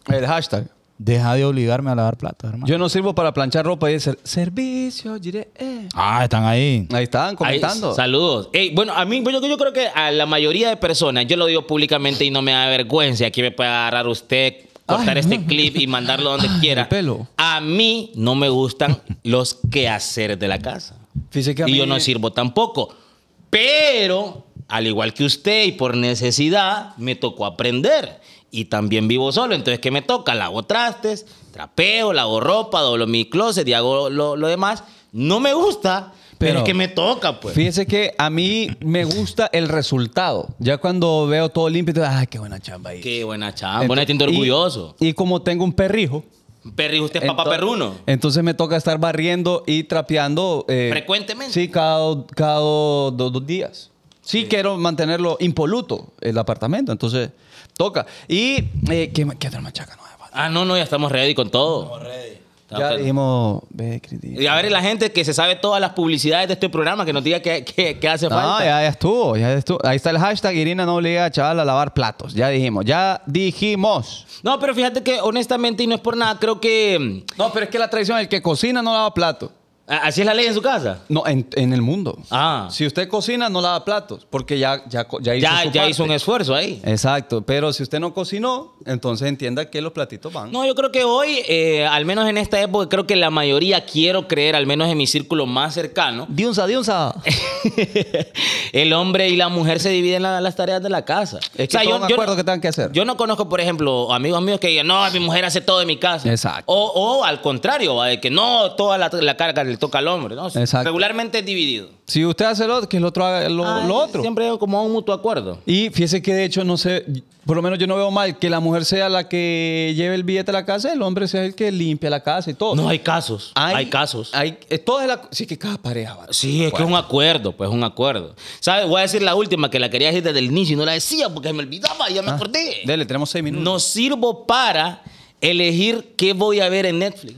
Speaker 1: El hashtag.
Speaker 2: Deja de obligarme a lavar platos, hermano.
Speaker 1: Yo no sirvo para planchar ropa y decir servicio, diré. eh".
Speaker 2: Ah, están ahí.
Speaker 1: Ahí están comentando.
Speaker 3: Ay, saludos. Ey, bueno, a mí, bueno, yo, creo que a la mayoría de personas, yo lo digo públicamente y no me da vergüenza. Aquí me puede agarrar usted, cortar
Speaker 1: Ay,
Speaker 3: este
Speaker 1: no.
Speaker 3: clip y mandarlo donde quiera.
Speaker 1: mi pelo.
Speaker 3: A mí no me gustan los quehaceres de la casa.
Speaker 1: Fíjese que a
Speaker 3: y
Speaker 1: mí-
Speaker 3: yo no sirvo tampoco. Pero, al igual que usted y por necesidad, me tocó aprender. Y también vivo solo, entonces ¿qué me toca? Lavo trastes, trapeo, lavo ropa, doblo mi closet y hago lo, lo demás. No me gusta, pero,
Speaker 1: Pero-
Speaker 3: es que me toca, pues.
Speaker 1: Fíjese que a mí me gusta el resultado. Ya cuando veo todo limpio, digo, ay, qué buena chamba ahí.
Speaker 3: Qué buena chamba,
Speaker 1: Entonces-
Speaker 3: buena gente
Speaker 1: y-
Speaker 3: ah, orgulloso.
Speaker 1: Y, como tengo un perrijo.
Speaker 3: Perri, usted es papá
Speaker 1: ento-
Speaker 3: perruno.
Speaker 1: Entonces me toca estar barriendo y trapeando. eh,
Speaker 3: Frecuentemente.
Speaker 1: Sí, cada, cada do- dos, días. Sí, quiero mantenerlo impoluto el apartamento. Entonces, toca. Y, eh, ¿qué, qué otra machaca no hay, Pat?
Speaker 3: Ah, no, no, ya estamos ready con todo. Estamos
Speaker 1: Ya
Speaker 3: ready.
Speaker 1: dijimos, ve, Cristi.
Speaker 3: Y a ver, la gente que se sabe todas las publicidades de este programa, que nos diga qué, qué- qué hace
Speaker 1: No,
Speaker 3: falta.
Speaker 1: ya, ya estuvo, ya estuvo. Ahí está el hashtag Irina no obliga a chaval a lavar platos. Ya dijimos, ya dijimos.
Speaker 3: No, pero fíjate que honestamente, y no es por nada, creo que mm,
Speaker 1: No, pero es que la tradición, el que cocina no lava platos.
Speaker 3: a- así es la ley en su casa.
Speaker 1: No, en, en el mundo.
Speaker 3: Ah.
Speaker 1: Si usted cocina, no lava platos, porque ya, ya, co- ya hizo
Speaker 3: Ya,
Speaker 1: su
Speaker 3: ya
Speaker 1: parte.
Speaker 3: hizo un esfuerzo ahí.
Speaker 1: Exacto, pero si usted no cocinó, entonces entienda que los platitos van.
Speaker 3: No, yo creo que hoy, eh, al menos en esta época, creo que la mayoría, quiero creer, al menos en mi círculo más cercano,
Speaker 1: Diunza, diunza.
Speaker 3: el hombre y la mujer se dividen la- las tareas de la casa.
Speaker 1: Es que todos de acuerdo que tengan que hacer.
Speaker 3: Yo no conozco, por ejemplo, amigos míos que digan, no, mi mujer hace todo en mi casa.
Speaker 1: Exacto.
Speaker 3: O, o al contrario, va, de que no, toda la, la carga le toca al hombre. ¿no?
Speaker 1: Exacto.
Speaker 3: Regularmente es dividido.
Speaker 1: Si usted hace lo otro, que el otro haga lo,
Speaker 3: Ah,
Speaker 1: lo otro.
Speaker 3: Siempre como un mutuo acuerdo.
Speaker 1: Y fíjese que de hecho, no sé, por lo menos yo no veo mal que la mujer sea la que lleve el billete a la casa, el hombre sea el que limpia la casa y todo.
Speaker 3: No hay casos. Hay, casos.
Speaker 1: Hay, es toda la, sí, que cada pareja. va.
Speaker 3: Sí, es que es un acuerdo, pues es un acuerdo. ¿Sabes? Voy a decir la última que la quería decir desde el inicio y no la decía porque me olvidaba y ya me acordé.
Speaker 1: Ah, Dele, tenemos seis minutos.
Speaker 3: No sirvo para elegir qué voy a ver en Netflix.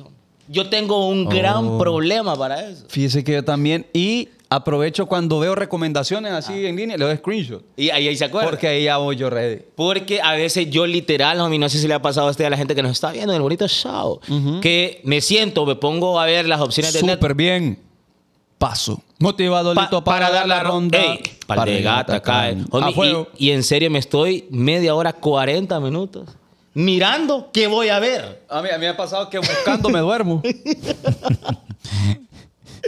Speaker 3: Yo tengo un gran problema para eso.
Speaker 1: Fíjese que yo también. Y aprovecho cuando veo recomendaciones así
Speaker 3: Ah.
Speaker 1: en línea, le doy screenshot.
Speaker 3: Y ahí, ahí se acuerda.
Speaker 1: Porque ahí ya voy yo ready.
Speaker 3: Porque a veces yo literal, homie, no sé si le ha pasado a usted a la gente que nos está viendo en el bonito show, que me siento, me pongo a ver las opciones de Netflix.
Speaker 1: Súper bien. Paso. Motivado
Speaker 3: Pa-
Speaker 1: Lito, para, dar la
Speaker 3: ro-
Speaker 1: ronda.
Speaker 3: Ey, pal de gata cae. Homie,
Speaker 1: A
Speaker 3: y-
Speaker 1: fuego.
Speaker 3: Y, en serio me estoy media hora, 40 minutos mirando qué voy a ver.
Speaker 1: A mí, a mí me ha pasado que buscando me duermo.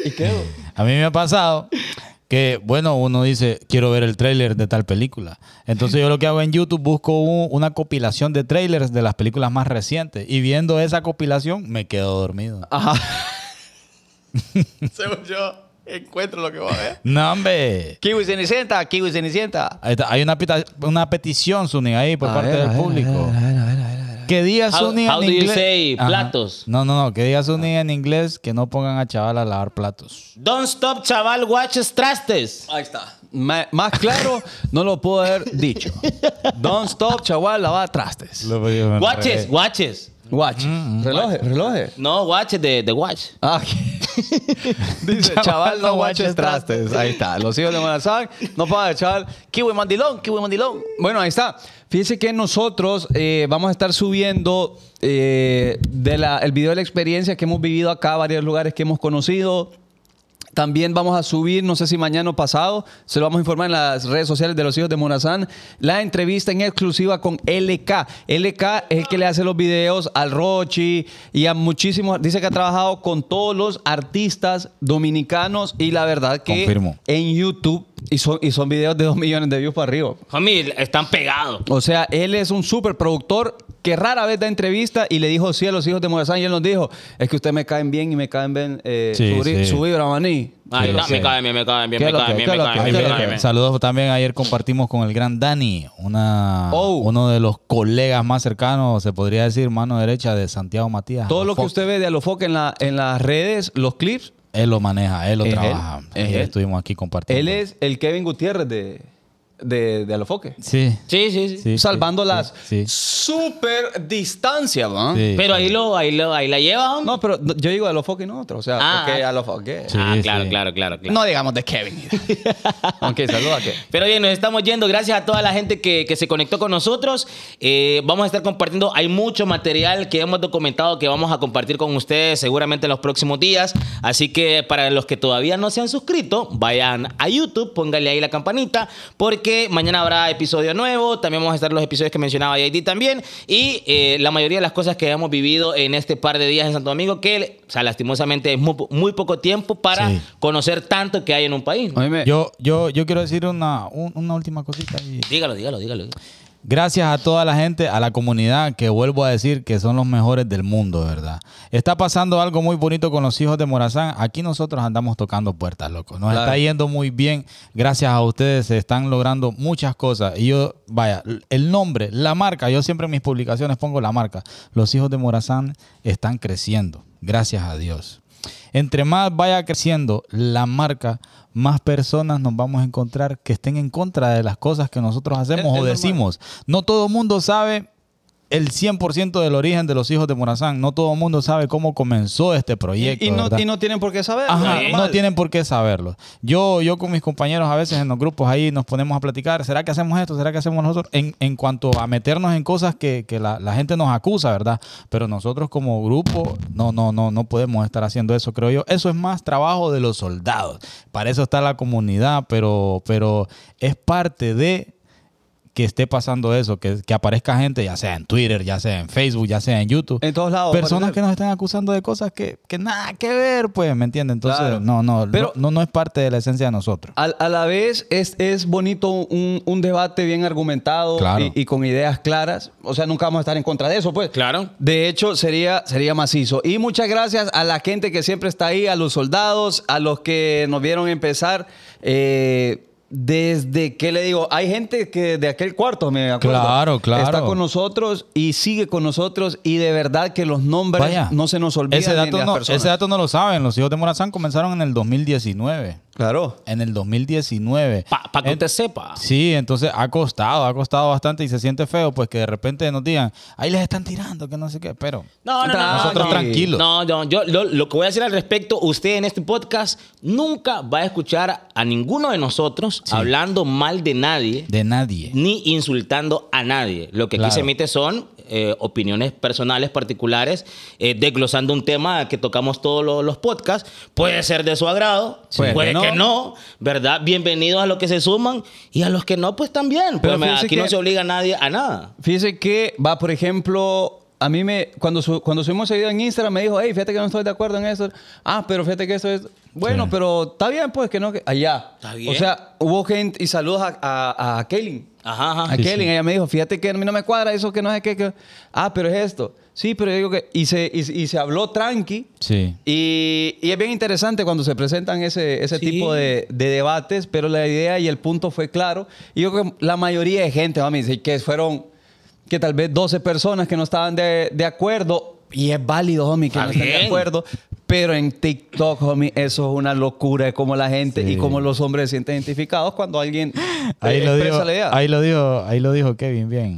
Speaker 1: y quedo.
Speaker 2: A mí me ha pasado que, bueno, uno dice, quiero ver el tráiler de tal película. Entonces yo lo que hago en YouTube, busco un- una compilación de trailers de las películas más recientes. Y viendo esa compilación, me quedo dormido.
Speaker 1: Ah. Ajá.
Speaker 3: Según yo, encuentro lo que voy a ver.
Speaker 2: ¡No, hombre!
Speaker 1: Kiwi Cenicienta, Kiwi Cenicienta.
Speaker 2: Ahí está, Hay una, pita- una petición, Zuni, ahí por
Speaker 1: A
Speaker 2: parte
Speaker 1: ver, a
Speaker 2: del
Speaker 1: ver,
Speaker 2: público.
Speaker 1: a ver, a ver, a ver, a ver.
Speaker 2: Que diga
Speaker 3: How-
Speaker 2: Zuni
Speaker 3: how
Speaker 2: en
Speaker 3: do you
Speaker 2: inglés.
Speaker 3: say
Speaker 2: Ajá.
Speaker 3: platos?
Speaker 2: No, no, no. Que diga Zuni en inglés que no pongan a chaval a lavar platos.
Speaker 3: Don't stop, chaval, watches trastes.
Speaker 1: Ahí está. Ma- más claro, no lo puedo haber dicho. Don't stop, chaval, lava trastes.
Speaker 3: Watches, watches.
Speaker 1: Mm, Watch. Relojes, relojes.
Speaker 3: No, watches de, de watch.
Speaker 1: Ah, ok. dice, chaval, no guaches trastes. Ahí está. Los hijos de Morazán, no paga, chaval. Kiwi mandilón, kiwi mandilón. Bueno, ahí está. Fíjense que nosotros eh, vamos a estar subiendo eh, de la- el video de la experiencia que hemos vivido acá, varios lugares que hemos conocido. También vamos a subir, no sé si mañana o pasado, se lo vamos a informar en las redes sociales de los hijos de Morazán, la entrevista en exclusiva con LK. LK es el que le hace los videos al Rochi y a muchísimos. Dice que ha trabajado con todos los artistas dominicanos y la verdad que
Speaker 2: Confirmo.
Speaker 1: en YouTube y son, y son videos de 2 millones de views para arriba.
Speaker 3: Homie, están pegados.
Speaker 1: O sea, él es un súper productor que rara vez da entrevista y le dijo sí a los hijos de Morazán y él nos dijo, es que ustedes me caen bien y me caen bien eh,
Speaker 2: Sí,
Speaker 1: su, bri-
Speaker 2: sí.
Speaker 1: su vibra, maní.
Speaker 3: Ay,
Speaker 2: Sí,
Speaker 3: no,
Speaker 2: sí.
Speaker 3: me cae bien, me cae bien,
Speaker 1: ¿Qué
Speaker 3: me
Speaker 1: es lo
Speaker 3: cae
Speaker 1: que-
Speaker 3: bien,
Speaker 1: qué es
Speaker 3: me
Speaker 1: lo que-
Speaker 3: cae bien,
Speaker 1: qué
Speaker 3: me
Speaker 1: es lo
Speaker 3: cae
Speaker 1: que-
Speaker 3: bien.
Speaker 2: Saludos también. Ayer compartimos con el gran Dani, una,
Speaker 1: Oh.
Speaker 2: uno de los colegas más cercanos, se podría decir, mano derecha de Santiago Matías.
Speaker 1: Todo lo que
Speaker 2: Fox.
Speaker 1: usted ve de Alofoque en, la, en las redes, los clips,
Speaker 2: Él lo maneja, él lo
Speaker 1: Es él,
Speaker 2: trabaja.
Speaker 1: es
Speaker 2: Ayer
Speaker 1: él.
Speaker 2: estuvimos aquí compartiendo.
Speaker 1: él es el Kevin Gutiérrez de, de, de Alofoque.
Speaker 2: Sí.
Speaker 3: Sí, sí, sí.
Speaker 2: sí,
Speaker 1: Salvando
Speaker 2: sí,
Speaker 1: las
Speaker 2: sí, sí.
Speaker 1: super distancias, ¿va?
Speaker 2: Sí,
Speaker 3: Pero ahí
Speaker 2: sí.
Speaker 3: lo, ahí lo, ahí la lleva, homie.
Speaker 1: No, pero no- yo digo de Alofoque y no otro. O sea,
Speaker 3: Ah,
Speaker 1: porque
Speaker 3: ah.
Speaker 1: Alofoque.
Speaker 2: Sí,
Speaker 3: ah, claro,
Speaker 2: sí.
Speaker 3: claro, claro, claro.
Speaker 1: No digamos de Kevin. ok, saluda a Kevin.
Speaker 3: Pero bien, nos estamos yendo. Gracias a toda la gente que, que se conectó con nosotros. Eh, vamos a estar compartiendo. Hay mucho material que hemos documentado que vamos a compartir con ustedes seguramente en los próximos días. Así que para los que todavía no se han suscrito, vayan a YouTube, pónganle ahí la campanita, porque mañana habrá episodio nuevo. También vamos a estar los episodios que mencionaba JD también. Y eh, la mayoría de las cosas que hemos vivido en este par de días en Santo Domingo, que o sea, lastimosamente es muy, po- muy poco tiempo para
Speaker 2: Sí.
Speaker 3: conocer tanto que hay en un país.
Speaker 1: Oíme,
Speaker 2: Yo, yo, yo quiero decir una, un- una última cosita. y-
Speaker 3: Dígalo, dígalo, dígalo.
Speaker 2: Gracias a toda la gente, a la comunidad que vuelvo a decir que son los mejores del mundo, ¿verdad? Está pasando algo muy bonito con los hijos de Morazán. Aquí nosotros andamos tocando puertas, loco. Nos
Speaker 1: Claro.
Speaker 2: está yendo muy bien. Gracias a ustedes se están logrando muchas cosas. Y yo, vaya, el nombre, la marca, yo siempre en mis publicaciones pongo la marca. Los hijos de Morazán están creciendo. Gracias a Dios. Entre más vaya creciendo la marca, más personas nos vamos a encontrar que estén en contra de las cosas que nosotros hacemos
Speaker 1: Es- es
Speaker 2: o
Speaker 1: normal.
Speaker 2: decimos. No todo el mundo sabe el 100% del origen de los hijos de Morazán. No todo el mundo sabe cómo comenzó este proyecto.
Speaker 1: y, no,
Speaker 2: ¿verdad?
Speaker 1: y no tienen por qué saber.
Speaker 2: Ajá,
Speaker 1: normal.
Speaker 2: no tienen por qué saberlo. Yo, yo con mis compañeros a veces en los grupos ahí nos ponemos a platicar, ¿será que hacemos esto? ¿Será que hacemos nosotros? En, en cuanto a meternos en cosas que, que la, la gente nos acusa, ¿verdad? Pero nosotros como grupo, no, no, no, no podemos estar haciendo eso, creo yo. Eso es más trabajo de los soldados. Para eso está la comunidad, pero, pero es parte de que esté pasando eso, que, que aparezca gente, ya sea en Twitter, ya sea en Facebook, ya sea en YouTube.
Speaker 1: En todos lados.
Speaker 2: Personas
Speaker 1: parece.
Speaker 2: que nos están acusando de cosas que, que nada que ver, pues, ¿me entiendes? Entonces,
Speaker 1: Claro.
Speaker 2: no, no,
Speaker 1: Pero-
Speaker 2: no, no, no es parte de la esencia de nosotros.
Speaker 1: Al- a la vez es, es bonito un, un debate bien argumentado
Speaker 2: Claro.
Speaker 1: y, y con ideas claras. O sea, nunca vamos a estar en contra de eso, pues.
Speaker 3: Claro.
Speaker 1: De hecho, sería, sería macizo. Y muchas gracias a la gente que siempre está ahí, a los soldados, a los que nos vieron empezar. eh, desde que le digo, hay gente que de aquel cuarto, me acuerdo.
Speaker 2: Claro, claro.
Speaker 1: Está con nosotros y sigue con nosotros. Y de verdad que los nombres
Speaker 2: Vaya,
Speaker 1: no se nos olvidan.
Speaker 2: Ese
Speaker 1: ni
Speaker 2: dato,
Speaker 1: las
Speaker 2: no,
Speaker 1: personas.
Speaker 2: ese dato no lo saben. Los hijos de Morazán comenzaron en el 2019.
Speaker 1: Claro.
Speaker 2: En el 2019.
Speaker 3: Para que
Speaker 2: En-
Speaker 3: usted sepa.
Speaker 2: Sí, entonces ha costado, ha costado bastante y se siente feo, pues que de repente nos digan, ahí les están tirando, que no sé qué, pero
Speaker 3: No, no, no.
Speaker 2: nosotros
Speaker 3: no.
Speaker 2: tranquilos.
Speaker 3: No, no, yo lo, lo que voy a decir al respecto, usted en este podcast nunca va a escuchar a ninguno de nosotros hablando mal de nadie
Speaker 2: de nadie.
Speaker 3: ni insultando a nadie. Lo que
Speaker 2: Claro.
Speaker 3: aquí se emite son eh, opiniones personales, particulares, eh, desglosando un tema que tocamos todos lo- los podcasts. Puede ser de su agrado,
Speaker 1: Sí.
Speaker 3: puede
Speaker 1: Puede que
Speaker 3: que no, ¿verdad? Bienvenidos a los que se suman y a los que no, pues también.
Speaker 1: Pero
Speaker 3: Pues,
Speaker 1: fíjese
Speaker 3: aquí no
Speaker 1: que-
Speaker 3: se obliga a nadie a nada.
Speaker 1: Fíjese que va, por ejemplo, a mí me cuando su- cuando subimos ese video en Instagram me dijo, hey, fíjate que no estoy de acuerdo en eso. Ah, pero fíjate que esto es bueno, pero está bien, pues que no que allá.
Speaker 3: Está bien.
Speaker 1: O sea, hubo gente y saludos a a, a Kaylin.
Speaker 3: Ajá, ajá.
Speaker 1: A Kaylin, ella me dijo, fíjate que a mí no me cuadra eso que no sé qué. que- Ah, pero es esto. Sí, pero yo digo que y se y, y se habló tranqui.
Speaker 2: Sí.
Speaker 1: Y, y es bien interesante cuando se presentan ese, ese
Speaker 3: Sí.
Speaker 1: tipo de, de debates, pero la idea y el punto fue claro. Y yo creo que la mayoría de gente, mami, sí, que fueron, que tal vez 12 personas que no estaban de, de acuerdo, y es válido, homie, que
Speaker 3: Está
Speaker 1: no estén de
Speaker 3: bien.
Speaker 1: acuerdo, pero en TikTok, homie, eso es una locura, es como la gente y como los hombres se sienten identificados cuando alguien eh,
Speaker 2: Ahí lo,
Speaker 1: expresa
Speaker 2: dijo,
Speaker 1: la idea.
Speaker 2: ahí lo dijo, ahí lo dijo Kevin, bien.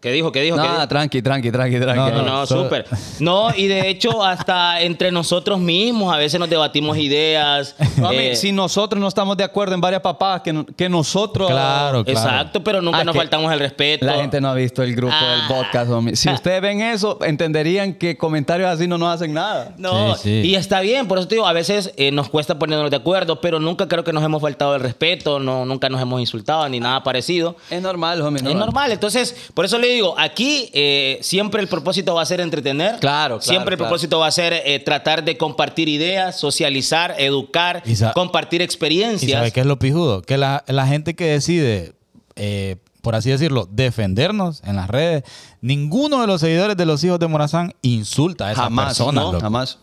Speaker 3: ¿Qué dijo? ¿Qué dijo? ¿Qué
Speaker 1: Nada,
Speaker 3: dijo?
Speaker 1: tranqui, tranqui, tranqui, tranqui.
Speaker 3: No, no,
Speaker 2: So-
Speaker 3: súper. No, y de hecho, hasta entre nosotros mismos a veces nos debatimos ideas.
Speaker 1: Mami,
Speaker 3: eh,
Speaker 1: si nosotros no estamos de acuerdo en varias papadas que, no- que nosotros...
Speaker 2: Claro, claro.
Speaker 3: Exacto, pero nunca
Speaker 1: Ah,
Speaker 3: nos
Speaker 1: que
Speaker 3: faltamos el respeto.
Speaker 1: La gente no ha visto el grupo
Speaker 3: Ah.
Speaker 1: del podcast, homie. Si ustedes ven eso, entenderían que comentarios así no nos hacen nada.
Speaker 3: No,
Speaker 2: Sí, sí.
Speaker 3: y está bien, por eso te digo, a veces eh, nos cuesta ponernos de acuerdo, pero nunca creo que nos hemos faltado el respeto, no, nunca nos hemos insultado ni nada parecido.
Speaker 1: Es normal, homie.
Speaker 3: Es normal, entonces, por eso le digo, aquí eh, siempre el propósito va a ser entretener.
Speaker 1: Claro, claro,
Speaker 3: Siempre el
Speaker 1: claro.
Speaker 3: propósito va a ser eh, tratar de compartir ideas, socializar, educar,
Speaker 2: Y sa-
Speaker 3: compartir
Speaker 2: ¿Y
Speaker 3: experiencias.
Speaker 2: sabes qué es lo pijudo? Que la, la gente que decide, eh, por así decirlo, defendernos en las redes, ninguno de los seguidores de los hijos de Morazán insulta a esas
Speaker 1: Jamás,
Speaker 2: personas.
Speaker 1: no,
Speaker 2: loco.
Speaker 1: jamás.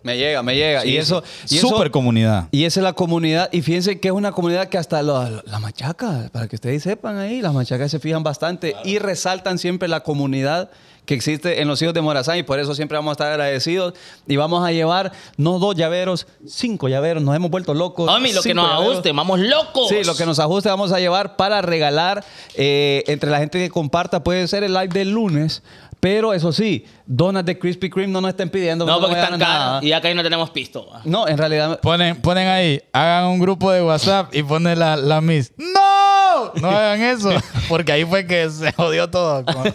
Speaker 1: Me llega, me llega. y eso... Y eso-
Speaker 2: Super comunidad.
Speaker 1: Y esa es la comunidad, y fíjense que es una comunidad que hasta lo- lo- la machaca, para que ustedes sepan ahí, las machacas se fijan bastante y resaltan siempre la comunidad que existe en los hijos de Morazán y por eso siempre vamos a estar agradecidos y vamos a llevar no dos llaveros, cinco llaveros, nos hemos vuelto locos.
Speaker 3: Homie, lo que
Speaker 1: Cinco
Speaker 3: nos
Speaker 1: llaveros.
Speaker 3: ajuste, vamos locos.
Speaker 1: Sí, lo que nos ajuste vamos a llevar para regalar eh, entre la gente que comparta. Puede ser el live del lunes, pero eso sí, donas de Krispy Kreme no nos estén pidiendo.
Speaker 3: No, porque
Speaker 1: me
Speaker 3: están
Speaker 1: dan nada.
Speaker 3: caros y acá ahí no tenemos pisto. ah. va.
Speaker 1: No, en realidad
Speaker 2: Ponen, ponen ahí, hagan un grupo de WhatsApp y ponen la, la Miss. ¡No! No hagan eso. Porque ahí fue que se jodió todo. Con-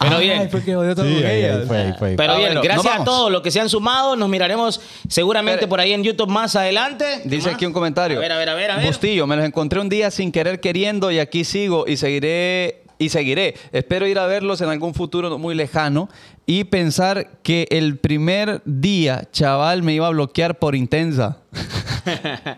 Speaker 3: Pero bien.
Speaker 1: porque odió todo
Speaker 2: Sí,
Speaker 1: con
Speaker 2: ahí,
Speaker 1: ella.
Speaker 2: ahí fue, ahí fue.
Speaker 3: Pero
Speaker 1: Ah,
Speaker 3: bien,
Speaker 1: bueno, nos
Speaker 3: gracias a
Speaker 1: vamos.
Speaker 3: todos los que se han sumado. Nos miraremos seguramente
Speaker 1: Espere.
Speaker 3: por ahí en YouTube más adelante. ¿Qué
Speaker 1: Dice
Speaker 3: más?
Speaker 1: aquí un comentario.
Speaker 3: A ver, a ver, a ver. a ver.
Speaker 1: Bustillo, me los encontré un día sin querer queriendo y aquí sigo y seguiré y seguiré. Espero ir a verlos en algún futuro no muy lejano y pensar que el primer día, chaval, me iba a bloquear por intensa.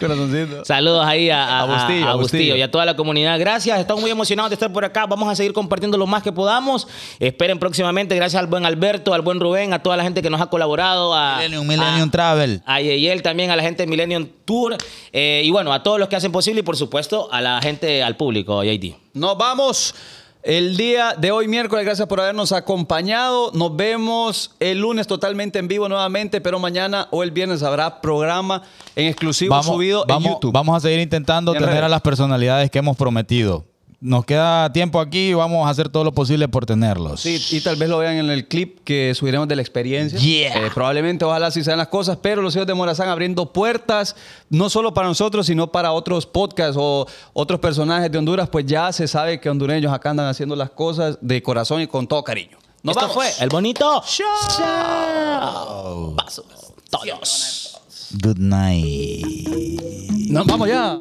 Speaker 1: Corazoncito.
Speaker 3: Saludos ahí a, a,
Speaker 1: A Bustillo,
Speaker 3: a- a
Speaker 1: a Bustillo.
Speaker 3: Bustillo y a toda la comunidad. Gracias, estamos muy emocionados de estar por acá. Vamos a seguir compartiendo lo más que podamos. Esperen próximamente. Gracias al buen Alberto, al buen Rubén, a toda la gente que nos ha colaborado. A,
Speaker 2: Millennium,
Speaker 3: a-
Speaker 2: Millennium Travel.
Speaker 3: a Yeyel también, a la gente de Millennium Tour. eh, y bueno, a todos los que hacen posible y por supuesto a la gente, al público, JD.
Speaker 1: Nos vamos. El día de hoy, miércoles, gracias por habernos acompañado. Nos vemos el lunes totalmente en vivo nuevamente, pero mañana o el viernes habrá programa en exclusivo subido
Speaker 2: vamos,
Speaker 1: en YouTube.
Speaker 2: Vamos a seguir intentando
Speaker 1: Y en
Speaker 2: tener a
Speaker 1: redes.
Speaker 2: las personalidades que hemos prometido. Nos queda tiempo aquí y vamos a hacer todo lo posible por tenerlos.
Speaker 1: Sí, y tal vez lo vean en el clip que subiremos de la experiencia.
Speaker 2: Yeah.
Speaker 1: Eh, probablemente, ojalá así sean las cosas, pero los hijos de Morazán abriendo puertas, no solo para nosotros, sino para otros podcasts o otros personajes de Honduras, pues ya se sabe que hondureños acá andan haciendo las cosas de corazón y con todo cariño. Nos
Speaker 3: Esto
Speaker 1: vamos.
Speaker 3: fue el bonito show. Paso. Todos.
Speaker 2: Good night.
Speaker 1: Nos vamos ya.